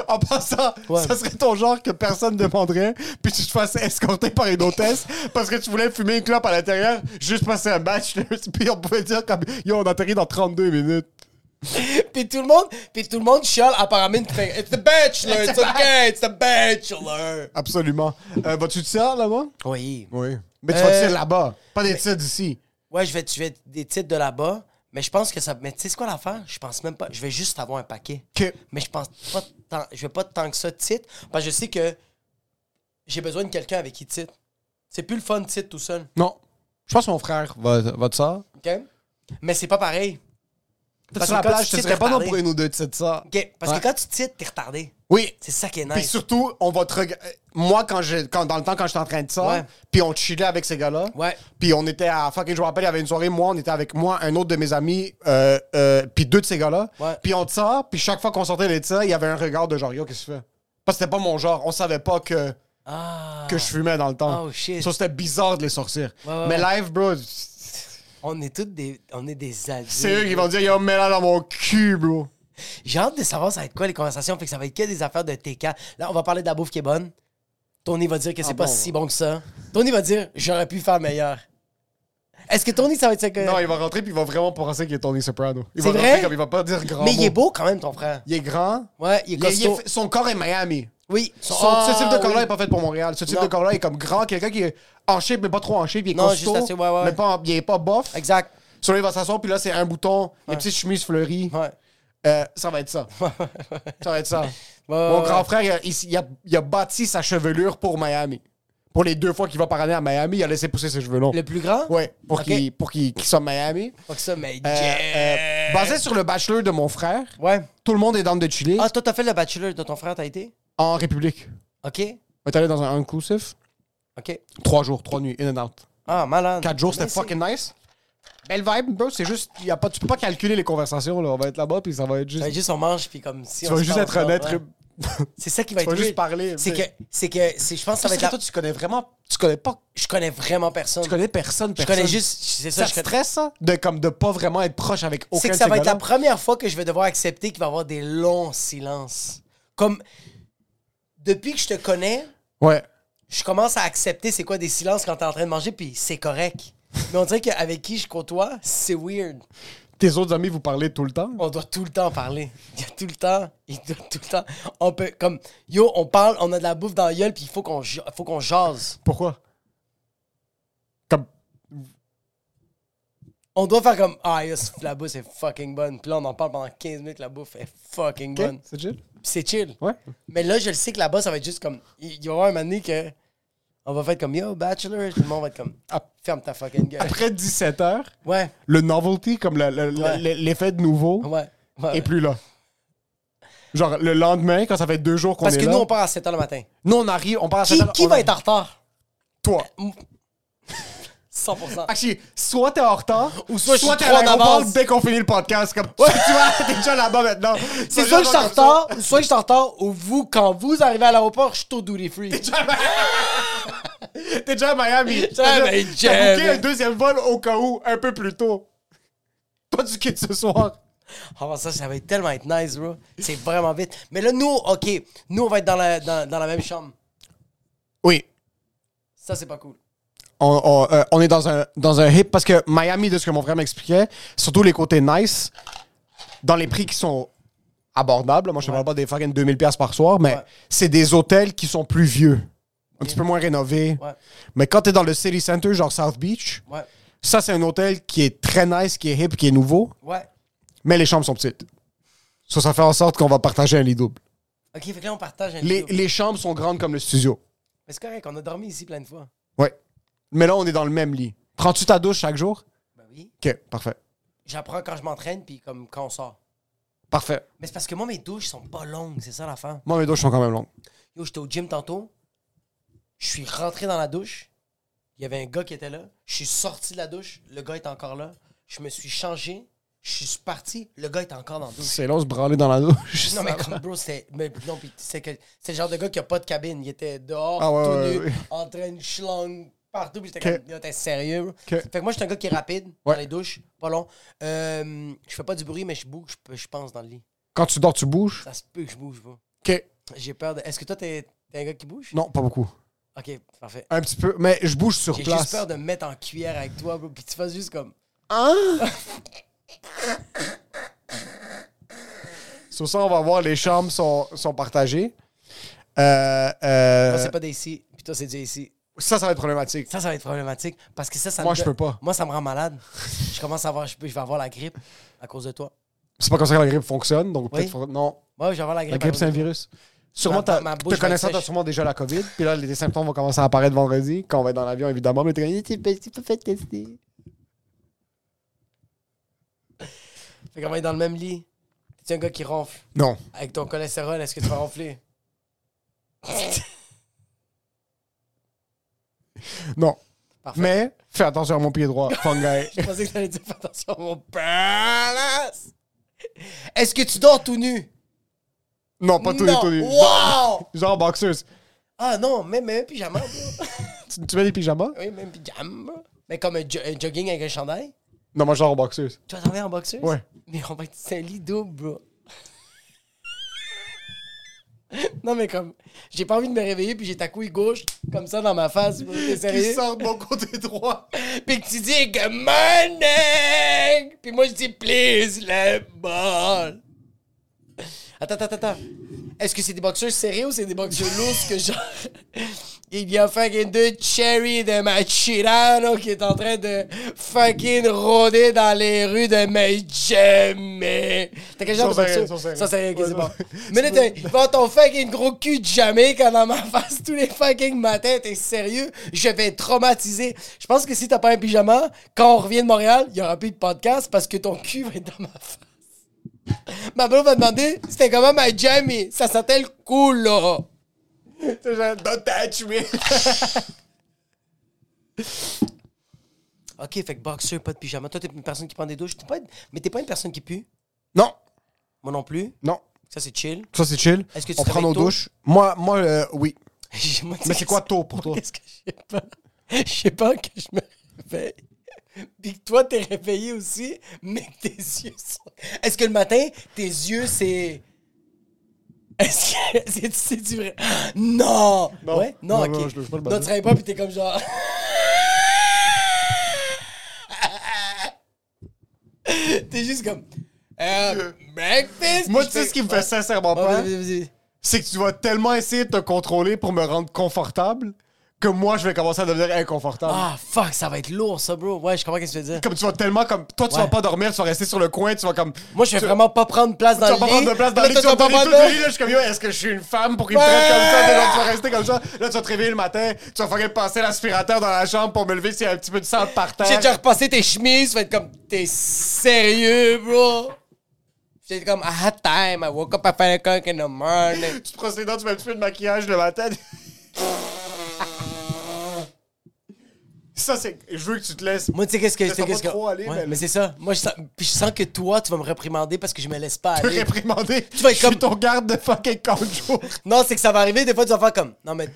en passant,
Ouais.
ça serait ton genre que personne ne demanderait, puis tu te fasses escorter par une hôtesse parce que tu voulais fumer une clope à l'intérieur, juste passer un match, puis on pouvait dire comme Yo, on atterrit dans 32 minutes.
Puis tout le monde, puis tout le monde chiale à Paramine qui fait It's the bachelor, it's okay, it's the bachelor.
Absolument. Euh, Vas-tu te sers là-bas?
Oui.
Oui. Mais tu
Euh,
vas te tirer là-bas, pas des tirs d'ici.
Ouais, je vais tuer des titres de là-bas, mais je pense que ça. Mais tu sais c'est quoi l'affaire? Je pense même pas. Je vais juste avoir un paquet.
Ok.
Mais je pense pas tant. Je vais pas tant que ça titre, parce que je sais que j'ai besoin de quelqu'un avec qui titre. C'est plus le fun titre tout seul,
Non. Je pense que mon frère va, va te ça.
ok? Mais c'est pas pareil. Parce
Sur la
que quand
plage,
tu
ce
titres,
serait pas non
retardé.
pour une ou deux tirs de ça.
Ok, Parce
Ouais.
que quand tu titres, t'es retardé.
Oui.
C'est ça qui est
Puis
nice.
surtout, on va te reg- Moi, quand j'ai, quand, dans le temps, quand j'étais en train de ça,
Ouais.
puis on chillait avec ces gars-là.
Ouais.
Puis on était à. Fucking, je me rappelle, il y avait une soirée, moi, on était avec moi, un autre de mes amis, euh, euh, puis deux de ces gars-là.
Ouais.
Puis on te sort, puis chaque fois qu'on sortait de ça, il y avait un regard de genre, yo, qu'est-ce que tu fais? Parce que c'était pas mon genre. On savait pas que,
Ah,
que je fumais dans le temps.
Oh, shit.
Ça, c'était bizarre de les sortir.
Ouais, ouais,
Mais
ouais.
live, bro,
on est tous des, on est des adultes.
c'est eux qui vont dire, yo, mets-la dans mon cul, bro.
J'ai hâte de savoir ça va être quoi les conversations. Fait que ça va être que des affaires de TK. Là, on va parler de la bouffe qui est bonne. Tony va dire que c'est pas
Ah bon,
si bon que ça. Tony va dire j'aurais pu faire meilleur. Est-ce que Tony, ça va être ça que.
Non, il va rentrer, puis il va vraiment penser qu'il est Tony Soprano. Il va
C'est vrai?
rentrer comme il va pas dire grand.
Mais il est
mot.
beau quand même, ton frère.
Il est grand.
Ouais, il est
Il est- il est
costaud.
fait- son corps est Miami.
Oui.
Son-
Ah,
ce type de corps-là
oui.
est pas fait pour Montréal. Ce type
Non.
de corps-là est comme grand, quelqu'un qui est en shape, mais pas trop en shape. Il est
Non,
costaud,
juste assez, ouais, ouais.
mais pas, en- il est pas bof.
Exact.
Sur lui, il va s'asseoir, puis là, c'est un bouton, les petites chemises fleuries.
Ouais.
Euh, ça va être ça. ça va être ça.
ouais,
Mon
ouais.
grand frère, il a, il- il a- il a bâti sa chevelure pour Miami. Pour les deux fois qu'il va par année à Miami, il a laissé pousser ses cheveux longs.
Le plus grand?
Ouais, pour
Ok.
qu'il pour qu'il- qu'il soit Miami.
Pas que ça, mais.
Euh,
yeah.
euh, basé sur le bachelor de mon frère,
Ouais.
tout le monde est dans de Chili
Ah, toi, t'as fait le bachelor de ton frère, t'as été?
en République.
OK.
On est allé dans un inclusif.
OK.
Trois jours, trois nuits, in and out.
Ah, malade.
Quatre jours, c'était
Mais c'est-
fucking nice. Belle vibe, bro. C'est juste, y a pas, tu peux pas calculer les conversations, là. On va être là-bas, puis ça va être juste.
Ouais, juste on mange, puis comme si
tu
on
vas
se
juste
parle,
être
genre,
honnête.
ouais. C'est ça qui va
Tu
être
vas juste
weird.
parler,
C'est
tu
que,
sais.
c'est que, c'est, je pense que ça va être. la-
toi, tu connais vraiment. Tu connais pas.
Je connais vraiment personne.
Tu connais personne,
je
personne.
connais juste. C'est ça,
Ça
je
te
connais.
stresse, ça? De, comme, de pas vraiment être proche avec aucun
C'est que
de
ça
ces
va être la
gars-là?
première fois que je vais devoir accepter qu'il va y avoir des longs silences. Comme. Depuis que je te connais,
Ouais.
je commence à accepter c'est quoi des silences quand t'es en train de manger, puis c'est correct. Mais on dirait qu'avec qui je côtoie, c'est weird.
Tes autres amis vous parlez tout le temps?
On doit tout le temps parler. Il y a tout le temps. Il doit tout le temps. On peut, comme, yo, on parle, on a de la bouffe dans la gueule, puis il faut qu'on ja- faut qu'on jase.
Pourquoi? Comme.
On doit faire comme, ah, yes, la bouffe est fucking bonne. Puis là, on en parle pendant 15 minutes, la bouffe est fucking
Ok,
bonne.
C'est chill?
Puis c'est chill.
Ouais.
Mais là, je le sais que là-bas, ça va être juste comme, il y aura un moment donné que on va faire comme, yo, bachelor, tout le monde va être comme, ah,
Ap-
ferme ta fucking gueule.
Après 17 heures,
Ouais,
le novelty, comme la- la- la-
Ouais.
l'e- l'effet de nouveau,
ouais. ouais.
est plus là. Genre, le lendemain, quand ça fait deux jours qu'on est
Parce
là...
que nous, on part à 7h le matin.
nous, on arrive, on part à
Qui,
7 heures,
qui
on
va
arrive.
être en retard?
Toi.
100%.
Actually, soit t'es en retard, ou
soit je suis
t'es
trop
à
en
l'aéroport
avance.
dès qu'on finit le podcast. Comme, ouais, tu vois, t'es déjà là-bas maintenant.
C'est soit
genre
je suis en
comme ça.
retard, soit je suis en retard, ou vous, quand vous arrivez à l'aéroport, je suis au duty free.
T'es déjà à Miami.
Tiens,
T'as
mais
déjà-
Jeff.
T'as booké un deuxième vol au cas où, un peu plus tôt. Pas du kit ce soir.
Oh, ça, ça va être tellement être nice, bro. C'est vraiment vite. Mais là, nous, OK, nous, on va être dans la, dans, dans la même chambre.
Oui.
Ça, c'est pas cool.
On, on, euh, on est dans un, dans un hip parce que Miami, de ce que mon frère m'expliquait, surtout les côtés nice, dans les prix qui sont abordables, moi je te parle pas des fucking 2000$ piastres par soir, mais
Ouais.
c'est des hôtels qui sont plus vieux, un petit peu moins rénovés.
Ouais,
Mais quand t'es dans le city center, genre South Beach,
ouais,
ça c'est un hôtel qui est très nice, qui est hip, qui est nouveau,
ouais.
mais les chambres sont petites. Ça, ça fait en sorte qu'on va partager un lit double.
OK, fait que là, on partage un
Les,
vidéo.
les chambres sont grandes comme le studio.
Mais c'est correct, on a dormi ici plein de fois.
Ouais. Mais là, on est dans le même lit. Prends-tu ta douche chaque jour?
Ben oui.
OK, parfait.
J'apprends quand je m'entraîne, puis comme quand on sort.
Parfait.
Mais c'est parce que moi, mes douches sont pas longues, c'est ça l'affaire.
Moi, mes douches sont quand même longues.
Yo, j'étais au gym tantôt. Je suis rentré dans la douche. Il y avait un gars qui était là. Je suis sorti de la douche. Le gars est encore là. Je me suis changé. Je suis parti. Le gars est encore dans la douche.
C'est long se branler dans la douche.
Non, mais comme bro, c'est. Mais non, pis c'est que. C'est le genre de gars qui a pas de cabine. Il était dehors,
Ah ouais,
tout
ouais,
nu,
ouais.
en train de schlang partout. Pis j'étais
Ok.
comme. Yo, t'es sérieux, bro?
Ok.
Fait que moi, je suis un gars qui est rapide
Ouais.
dans les douches, pas long. Euh, je fais pas du bruit, mais je bouge, je- je pense, dans le lit.
Quand tu dors, tu bouges?
Ça se peut que je bouge pas.
OK.
J'ai peur de. Est-ce que toi, t'es t'es un gars qui bouge?
Non, pas beaucoup.
Ok, parfait.
Un petit peu, mais je bouge sur
J'ai juste
place.
peur de me mettre en cuillère avec toi, bro, puis tu fasses juste comme.
Hein? Sur ça, on va voir, les chambres sont, sont partagées. Euh, euh,
Moi, Ah, c'est pas d'ici, puis toi, c'est déjà ici.
Ça, ça va être problématique.
Ça, ça va être problématique parce que ça, ça
Moi,
me
je
don-
peux pas.
Moi, ça me rend malade. je commence à avoir. Je, peux- je vais avoir la grippe à cause de toi.
C'est pas comme ça que la grippe fonctionne, donc
Oui.
peut-être... faudra- Non,
Moi, je vais avoir la grippe.
la
à
grippe,
cause
c'est un
de toi.
virus. Sûrement,
Ma-
ta,
ma bouche
te
va
connaissant,
être
t'as
sèche.
sûrement déjà la COVID. Puis là, les symptômes vont commencer à apparaître vendredi, quand on va être dans l'avion, évidemment. Mais t'es comme, tu peux tu peux faire tester.
Fait qu'on va être dans le même lit. T'es un gars qui ronfle.
Non.
Avec ton cholestérol, est-ce que tu vas ronfler?
Non.
Parfait.
Mais fais attention à mon pied droit, fungi.
Je pensais que t'allais dire fais attention à mon palace. Est-ce que tu dors tout nu?
non, pas tout nu,
Non.
tout nu.
Wow!
Genre boxeuse.
Ah non, même, même pyjama, bro.
Tu, tu mets des pyjamas?
Oui, même pyjama. Mais comme un, jo- un jogging avec un chandail.
Non, moi, genre boxeuse.
Tu vas dormir en boxeuse?
Ouais.
Mais on va être c'est un lit double, bro. non, mais comme, j'ai pas envie de me réveiller, puis j'ai ta couille gauche, comme ça, dans ma face, bro. T'es sérieux?
de mon côté droit.
Puis que tu dis Good morning! Puis moi je dis Please, le ball! Attends, attends, attends. Est-ce que c'est des boxeurs serrés ou c'est des boxeurs lourds que genre. Il y a fucking deux cherry de Machirano qui est en train de fucking rôder dans les rues de Miami. T'as quel genre de
Sont serrés,
boxeur?
sont serrés.
Ça, c'est ok,
Ouais,
c'est
non.
bon. Mais là, t'as- il va avoir ton fucking gros cul de Jamaïque dans ma face tous les fucking matins. T'es sérieux? Je vais être traumatisé. Je pense que si t'as pas un pyjama, quand on revient de Montréal, il y aura plus de podcast parce que ton cul va être dans ma face. Ma blonde va demander, c'était comment ma Jamie? Ça sentait le cool, là.
C'est genre, don't touch me.
Ok, fait que boxeur, pas de pyjama. Toi, t'es une personne qui prend des douches. T'es pas... Mais t'es pas une personne qui pue.
Non,
Moi non plus.
non.
Ça, c'est chill.
Ça, c'est chill.
Est-ce que tu
on
te
prend nos
réveilles tôt?
douches. Moi, moi euh, oui.
Moi, tu sais
Mais c'est quoi tôt pour
Moi,
toi?
Qu'est-ce que j'ai pas? Je sais pas que je me réveille. Puis que toi, t'es réveillé aussi, mais que tes yeux sont. Est-ce que le matin, tes yeux, c'est. Est-ce que. C'est, c'est du vrai. Non!
Non.
Ouais? Non,
Non,
ok.
non, je touche pas le
non,
bazar.
tu travailles pas, puis t'es comme genre. t'es T'es juste comme. Euh, breakfast.
Moi,
puis je
tu sais
fais-
ce qui me
Ouais.
fait sincèrement
Ouais,
peur?
vas-y, vas-y.
c'est que tu vas tellement essayer de te contrôler pour me rendre confortable que moi, je vais commencer à devenir inconfortable.
Ah, fuck, ça va être lourd, ça, bro. Ouais, je comprends ce que tu veux dire.
Comme tu vas tellement comme. Toi, tu
Ouais.
vas pas dormir, tu vas rester sur le coin, tu vas comme.
Moi, je vais
tu-
vraiment pas prendre place dans
Tu
le
vas
lit.
pas prendre de place dans
Là,
les
toi,
tu vas
t'as
me donner
pas
tout
mal-
le lit, là, je suis comme yo, est-ce que je suis une femme pour qu'il me
Ouais.
traite comme ça? Puis là, tu vas rester comme ça. Là, tu vas te réveiller le matin, tu vas fucking passer l'aspirateur dans la chambre pour me lever s'il y a un petit peu de sang par terre.
J'ai déjà repassé tes chemises, tu vas être comme, t'es sérieux, bro? J'étais comme, I had time, I woke up at 5 o'clock in the morning.
Tu te brosses les dents, tu mets un petit peu de maquillage le matin. ça, c'est. Je veux que tu te laisses.
Moi, tu sais, qu'est-ce que. tu
Ça
sais,
va
qu'est-ce que-
trop aller,
Ouais,
mais-
mais c'est ça. Moi, je sens... Puis je sens que toi, tu vas me réprimander parce que je me laisse pas
te
aller.
réprimander. Tu
vas être
je
comme-
suis ton garde de fucking conjo.
Non, c'est que ça va arriver, des fois, tu vas faire comme, non, mais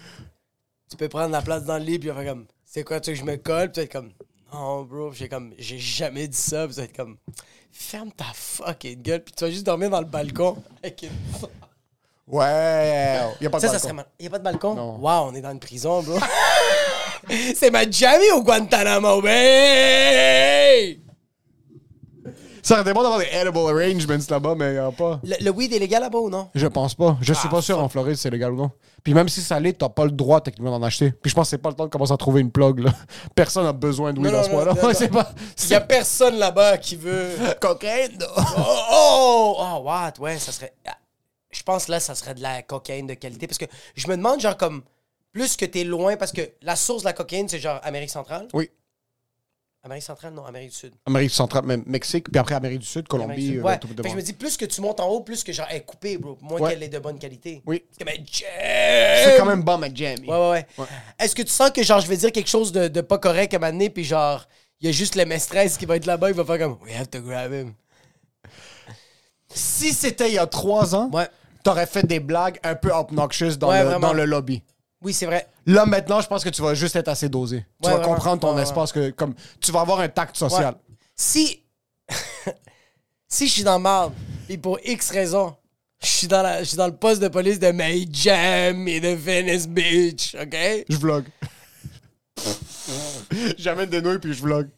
tu peux prendre la place dans le lit, puis tu vas faire comme, c'est quoi, tu veux que je me colle? Puis tu vas être comme, non, bro, Puis j'ai comme, j'ai jamais dit ça, puis tu vas être comme, ferme ta fucking gueule, puis tu vas juste dormir dans le balcon. avec une-
Ouais. Y a pas de
Ça, ça
balcon.
serait mal. Il n'y a pas de balcon?
Non.
Wow, on est dans une prison, bro. c'est ma jamie au Guantanamo Bay!
Ça aurait été bon d'avoir des edible arrangements là-bas, mais y'en a pas.
Le, le weed est légal là-bas ou non?
Je pense pas. Je
Ah,
suis pas sûr en Floride c'est légal ou non. Puis même si ça l'est, t'as pas le droit techniquement d'en acheter. Puis je pense que c'est pas le temps de commencer à trouver une plug là. Personne a besoin de weed
Non,
à
non,
ce
non,
point-là.
non, non.
c'est pas.
Il n'y a personne là-bas qui veut.
cocaine.
Oh, oh, oh, what? Ouais, ça serait. Ah, Je pense là, ça serait de la cocaïne de qualité. Parce que je me demande, genre, comme, plus que t'es loin, parce que la source de la cocaïne, c'est genre Amérique centrale?
Oui.
Amérique centrale, non, Amérique du Sud.
Amérique centrale, même Mexique, puis après Amérique du Sud,
Amérique du
Colombie.
Sud.
euh,
Ouais.
tout
Fait
de
que je me
même.
dis, plus que tu montes en haut, plus que genre, elle est coupée, bro. Moins
Ouais.
qu'elle est de bonne qualité.
Oui.
C'est comme,
C'est quand même bon, ma Jamie.
Ouais, ouais, ouais. Est-ce que tu sens que genre je vais dire quelque chose de, de pas correct à un moment donné, puis genre, il y a juste le maîtresse qui va être là-bas, il va faire comme We have to grab him.
Si c'était il y a trois ans,
Ouais.
t'aurais fait des blagues un peu obnoxious dans,
Ouais,
le,
vraiment.
dans le lobby.
Oui, c'est vrai.
Là, maintenant, je pense que tu vas juste être assez dosé. Tu
Ouais,
vas
vraiment.
comprendre ton
Ouais, ouais.
espace, que comme tu vas avoir un tact
Ouais.
social.
Si. si je suis dans le marde, et pour X raison, je suis dans, la- je suis dans le poste de police de May Jam et de Venice Beach, OK?
Je vlog. J'amène des nouilles puis je vlog.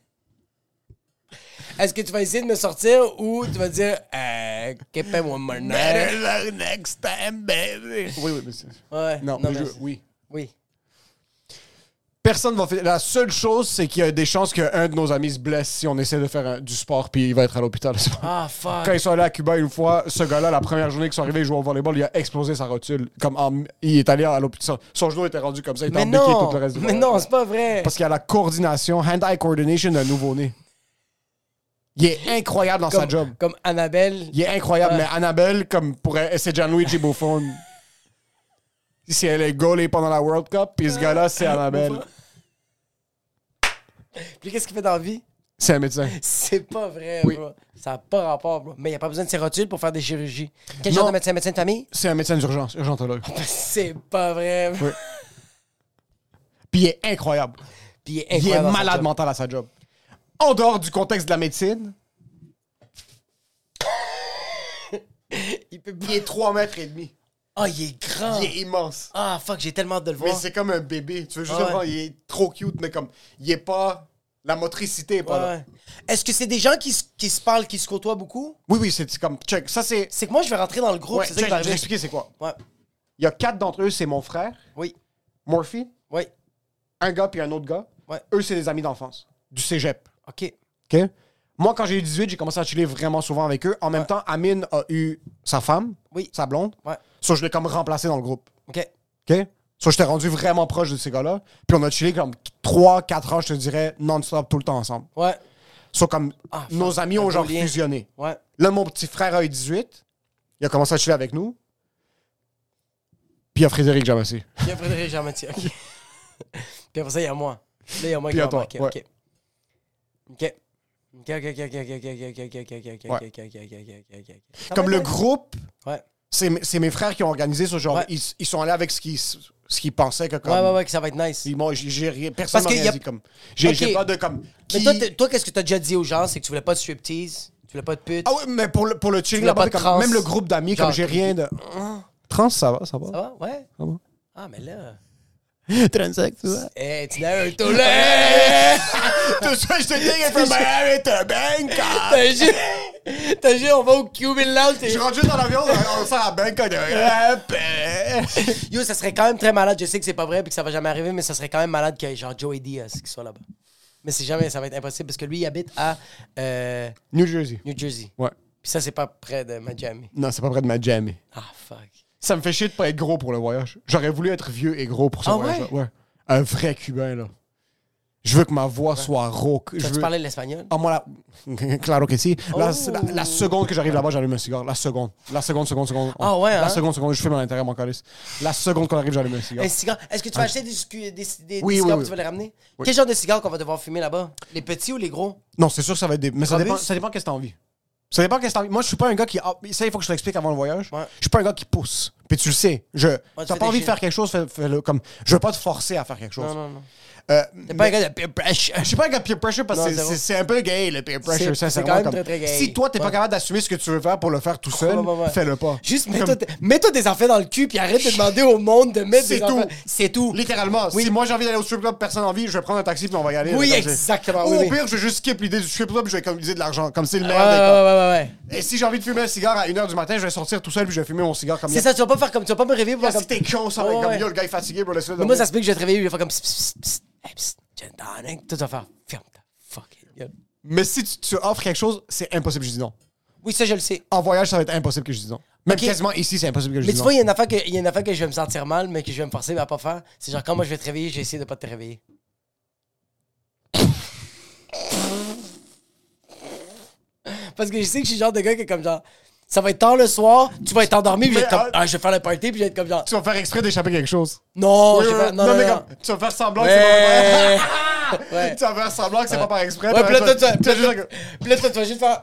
Est-ce que tu vas essayer de me sortir ou tu vas dire, euh, keep him one more night?
next time, baby. Oui, oui, monsieur.
Ouais.
Non, mais je-
mais-
oui.
Oui.
Personne va faire. La seule chose, c'est qu'il y a des chances qu'un de nos amis se blesse si on essaie de faire un- du sport puis il va être à l'hôpital.
Ah, fuck.
Quand ils sont allés à Cuba une fois, ce gars-là, la première journée qu'ils sont arrivés, ils jouaient au volleyball, il a explosé sa rotule. Comme en- il est allé à l'hôpital. Son genou était rendu comme ça, il était
Mais
embiqué
non,
tout le reste du
mais
volley.
non, c'est pas vrai.
Parce qu'il y a la coordination, hand-eye coordination d'un nouveau-né. Il est incroyable dans sa
comme,
job.
comme Annabelle.
Il est incroyable,
Ouais.
mais Annabelle, comme pourrait. C'est Gianluigi Buffon. si elle est gaulée pendant la World Cup, puis ce gars-là, c'est Annabelle.
Puis qu'est-ce qu'il fait dans la vie?
C'est un médecin.
C'est pas vrai,
Oui.
bro. Ça n'a pas rapport, bro. Mais il n'y a pas besoin de ses rotules pour faire des chirurgies. Quel
Non.
genre de médecin? Médecin de famille?
C'est un médecin d'urgence, urgentologue.
C'est pas vrai. bro.
Oui. Puis il est incroyable.
Puis il est
Il est
incroyable dans sa
malade
job.
mental à sa job. En dehors du contexte de la médecine,
Il peut
il est 3 mètres et demi.
Ah, il est grand.
Il est immense.
Ah, fuck, j'ai tellement hâte de le
Mais
voir.
c'est comme un bébé. Tu veux juste
Ouais.
le voir, il est trop cute, mais comme. Il est pas. La motricité est pas là.
Ouais. Est-ce que c'est des gens qui, se- qui se parlent, qui se côtoient beaucoup?
Oui, oui, c'est c'est comme. Check. Ça, c'est.
C'est que moi, je vais rentrer dans le groupe.
Ouais,
c'est
check,
ça qui va
je vais
arriver.
t'expliquer c'est quoi.
Ouais.
Il y a quatre d'entre eux, c'est mon frère,
Oui.
Murphy,
Oui.
un gars puis un autre gars.
Ouais.
Eux, c'est des amis d'enfance, du cégep.
OK.
OK? Moi, quand j'ai eu 18, j'ai commencé à chiller vraiment souvent avec eux. En même temps, Amine a eu sa femme,
Oui.
sa blonde.
Ouais.
So, je l'ai comme remplacé dans le groupe.
OK.
OK? So, j'étais rendu vraiment proche de ces gars-là. Puis on a chillé comme 3-4 ans, je te dirais, non-stop, tout le temps ensemble.
Ouais.
So, comme
Ah,
nos amis ont
beau
genre
lien.
fusionné.
Ouais.
Là, mon petit frère a eu 18. Il a commencé à chiller avec nous. Puis il y a Frédéric Jamassé.
Puis après, Frédéric Jean-Mathieu. OK. Puis après ça, il y a moi. Là, il y a moi qui
Puis à
va
toi,
marquer.
ouais.
OK. OK. OK, OK, OK, OK, OK, OK, OK, OK, OK, OK, OK, OK, OK, OK, OK.
Comme le groupe,
Ah Ouais.
c'est mes- c'est mes frères qui ont organisé ce genre.
Ouais.
Ils, ils sont allés avec ce qu'ils ce qu'ils pensaient que comme.
Ouais, ouais, ouais, que ça va être nice.
Ils m'ont- j'ai- j'ai rien- personne
Parce
m'a
que
rien
y a-
dit comme. J'ai
Ok.
j'ai pas de comme.
Mais
qui-
toi, t'es- toi, qu'est-ce que t'as déjà dit aux gens? C'est que tu voulais pas de striptease? Tu voulais pas de pute?
Ah oui, mais pour le, pour le chilling
voulais pas
là-bas,
de
comme-
trans.
même le groupe d'amis,
Genre-
comme j'ai rien de. Trans, ça va, ça va.
Ça va? Ah Ouais?
Ça va.
Ah, mais là...
35, tu vois.
Hey, tu n'as un tollé!
Tout ça, je te dis, from Miami to Bangkok.
T'as juste. T'as juste, on va au Cuban Lounge. t'es-
ah. Je rentre juste dans l'avion, on euh. sort à Bangkok. de-
Yo, ça serait quand même très malade. Je sais que c'est pas vrai puis que ça va jamais arriver, mais ça serait quand même malade que genre Joey Diaz qui soit là-bas. Mais c'est jamais, ça va être impossible parce que lui, il habite à euh,
New Jersey.
New Jersey.
Ouais.
Puis ça, c'est pas près de Miami.
Non, c'est pas près de ma jamie.
Ah, fuck.
Ça me fait chier de pas être gros pour le voyage. J'aurais voulu être vieux et gros pour ce
Ah
voyage.
ouais?
Un vrai Cubain, là. Je veux que ma voix soit rauque. Je
T'as-tu
veux...
parlé l'espagnol?
Ah, moi, là. claro que si. La,
Oh.
la- la seconde que j'arrive là-bas, j'allume un cigare. La seconde. La seconde, seconde, seconde.
Ah ouais,
La
hein?
seconde, seconde. Je fume à l'intérieur, mon calice. La seconde qu'on arrive, j'allume un cigare.
Un cigare. Est-ce que tu vas acheter des, scu- des- des- des
Ah. Oui,
cigares
oui,
que
oui.
tu vas les ramener? Quel genre de cigares qu'on va devoir fumer là-bas? Les petits ou les gros?
Non, c'est sûr que ça va être des. Mais ça
Grand
dépend,
bus?
ça dépend qu'est-ce que t'as envie. Ça dépend qu'est-ce que t'as envie. Moi, je suis pas un gars qui. ah, ça, il faut que je t'explique avant le voyage.
Ouais.
Je suis pas un gars qui pousse. Puis tu le sais. Je...
tu
t'as
fais
pas
des
envie de
shit.
faire quelque chose, fais- fais-le. comme... Je veux pas te forcer à faire quelque chose.
Non, non, non.
Euh,
T'es pas un gars de peer pressure.
Je suis pas un gars peer pressure parce
Non,
que c'est-
zéro.
c'est c'est un peu gay le peer
C'est-
pressure,
c'est
sincèrement.
quand même
comme-
très, très gay.
Si toi, t'es pas
Ouais.
capable d'assumer ce que tu veux faire pour le faire tout seul,
Ouais, ouais, ouais.
fais-le pas.
Juste
Comme-
mets-toi mets-toi des affaires dans le cul puis arrête de demander au monde de mettre
C'est
des
tout.
affaires. C'est tout.
Littéralement, si moi j'ai envie d'aller au strip club, personne n'a envie, je vais prendre un taxi puis on va y aller.
Oui,
là, comme c'est-
exactement,
Ou
oui,
au
oui.
pire, je vais juste skip l'idée du strip club, je vais économiser de l'argent. Comme c'est le
Ouais,
meilleur
ouais,
des cas.
ouais, ouais, ouais.
Et si j'ai envie de fumer un cigare à 1h du matin, je vais sortir tout seul puis je vais fumer mon cigare comme
C'est ça, tu vas pas faire comme tu vas pas me réveiller pour
Ah,
faire
Si
comme.
t'es con, ça,
Ouais,
comme
ouais.
yo, le gars est fatigué, bro, laisse-le
Mais moi,
dormir.
ça se peut que je vais te réveiller, je vais faire comme. Psst, psst, psst, hey, psst, j'ai une tonic. Toi, tu vas faire. Ferme ta fucking gueule.
Mais si tu, tu offres quelque chose, c'est impossible que je dis non.
Oui, ça, je le sais.
En voyage, ça va être impossible que je dise non. Même
Ok.
quasiment ici, c'est impossible que je
Mais
dise
tu
non.
vois, il y, a une affaire que, il y a une affaire que je vais me sentir mal, mais que je vais me forcer à pas faire. C'est genre, quand moi je vais te réveiller, je vais essayer de pas te réveiller. Parce que je sais que je suis le genre de gars qui est comme genre, ça va être tard le soir, tu vas être endormi, puis je vais, être
Mais,
comme,
ah,
ah, je vais faire le party, puis je vais être comme genre,
Tu vas faire exprès d'échapper quelque chose.
non, Oh,
Oui,
je vais
oui,
faire-
oui.
non, non,
mais
non.
comme, tu vas faire semblant que c'est
Ouais.
pas par
Ouais.
Tu vas faire semblant que c'est pas par exprès.
Ouais,
t'as-
puis là, toi, tu vas-
tu vas juste être
Puis là, toi, tu vas juste faire,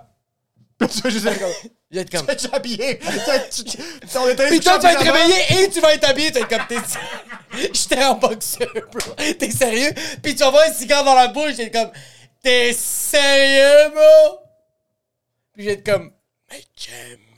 comme- tu vas juste être comme.
je vais être
Tu
comme,
vas être habillé. Tu vas être- tu- tu- On est allé
Puis
sur
toi, tu vas être
Champs-Élysées.
réveillé et tu vas être habillé. Tu vas être comme t'es. J'étais en boxeur, bro. T'es sérieux? Puis tu vas avoir un cigare dans la bouche. J'étais comme. T'es sérieux, bro? Puis j'étais comme. Mais j'aime.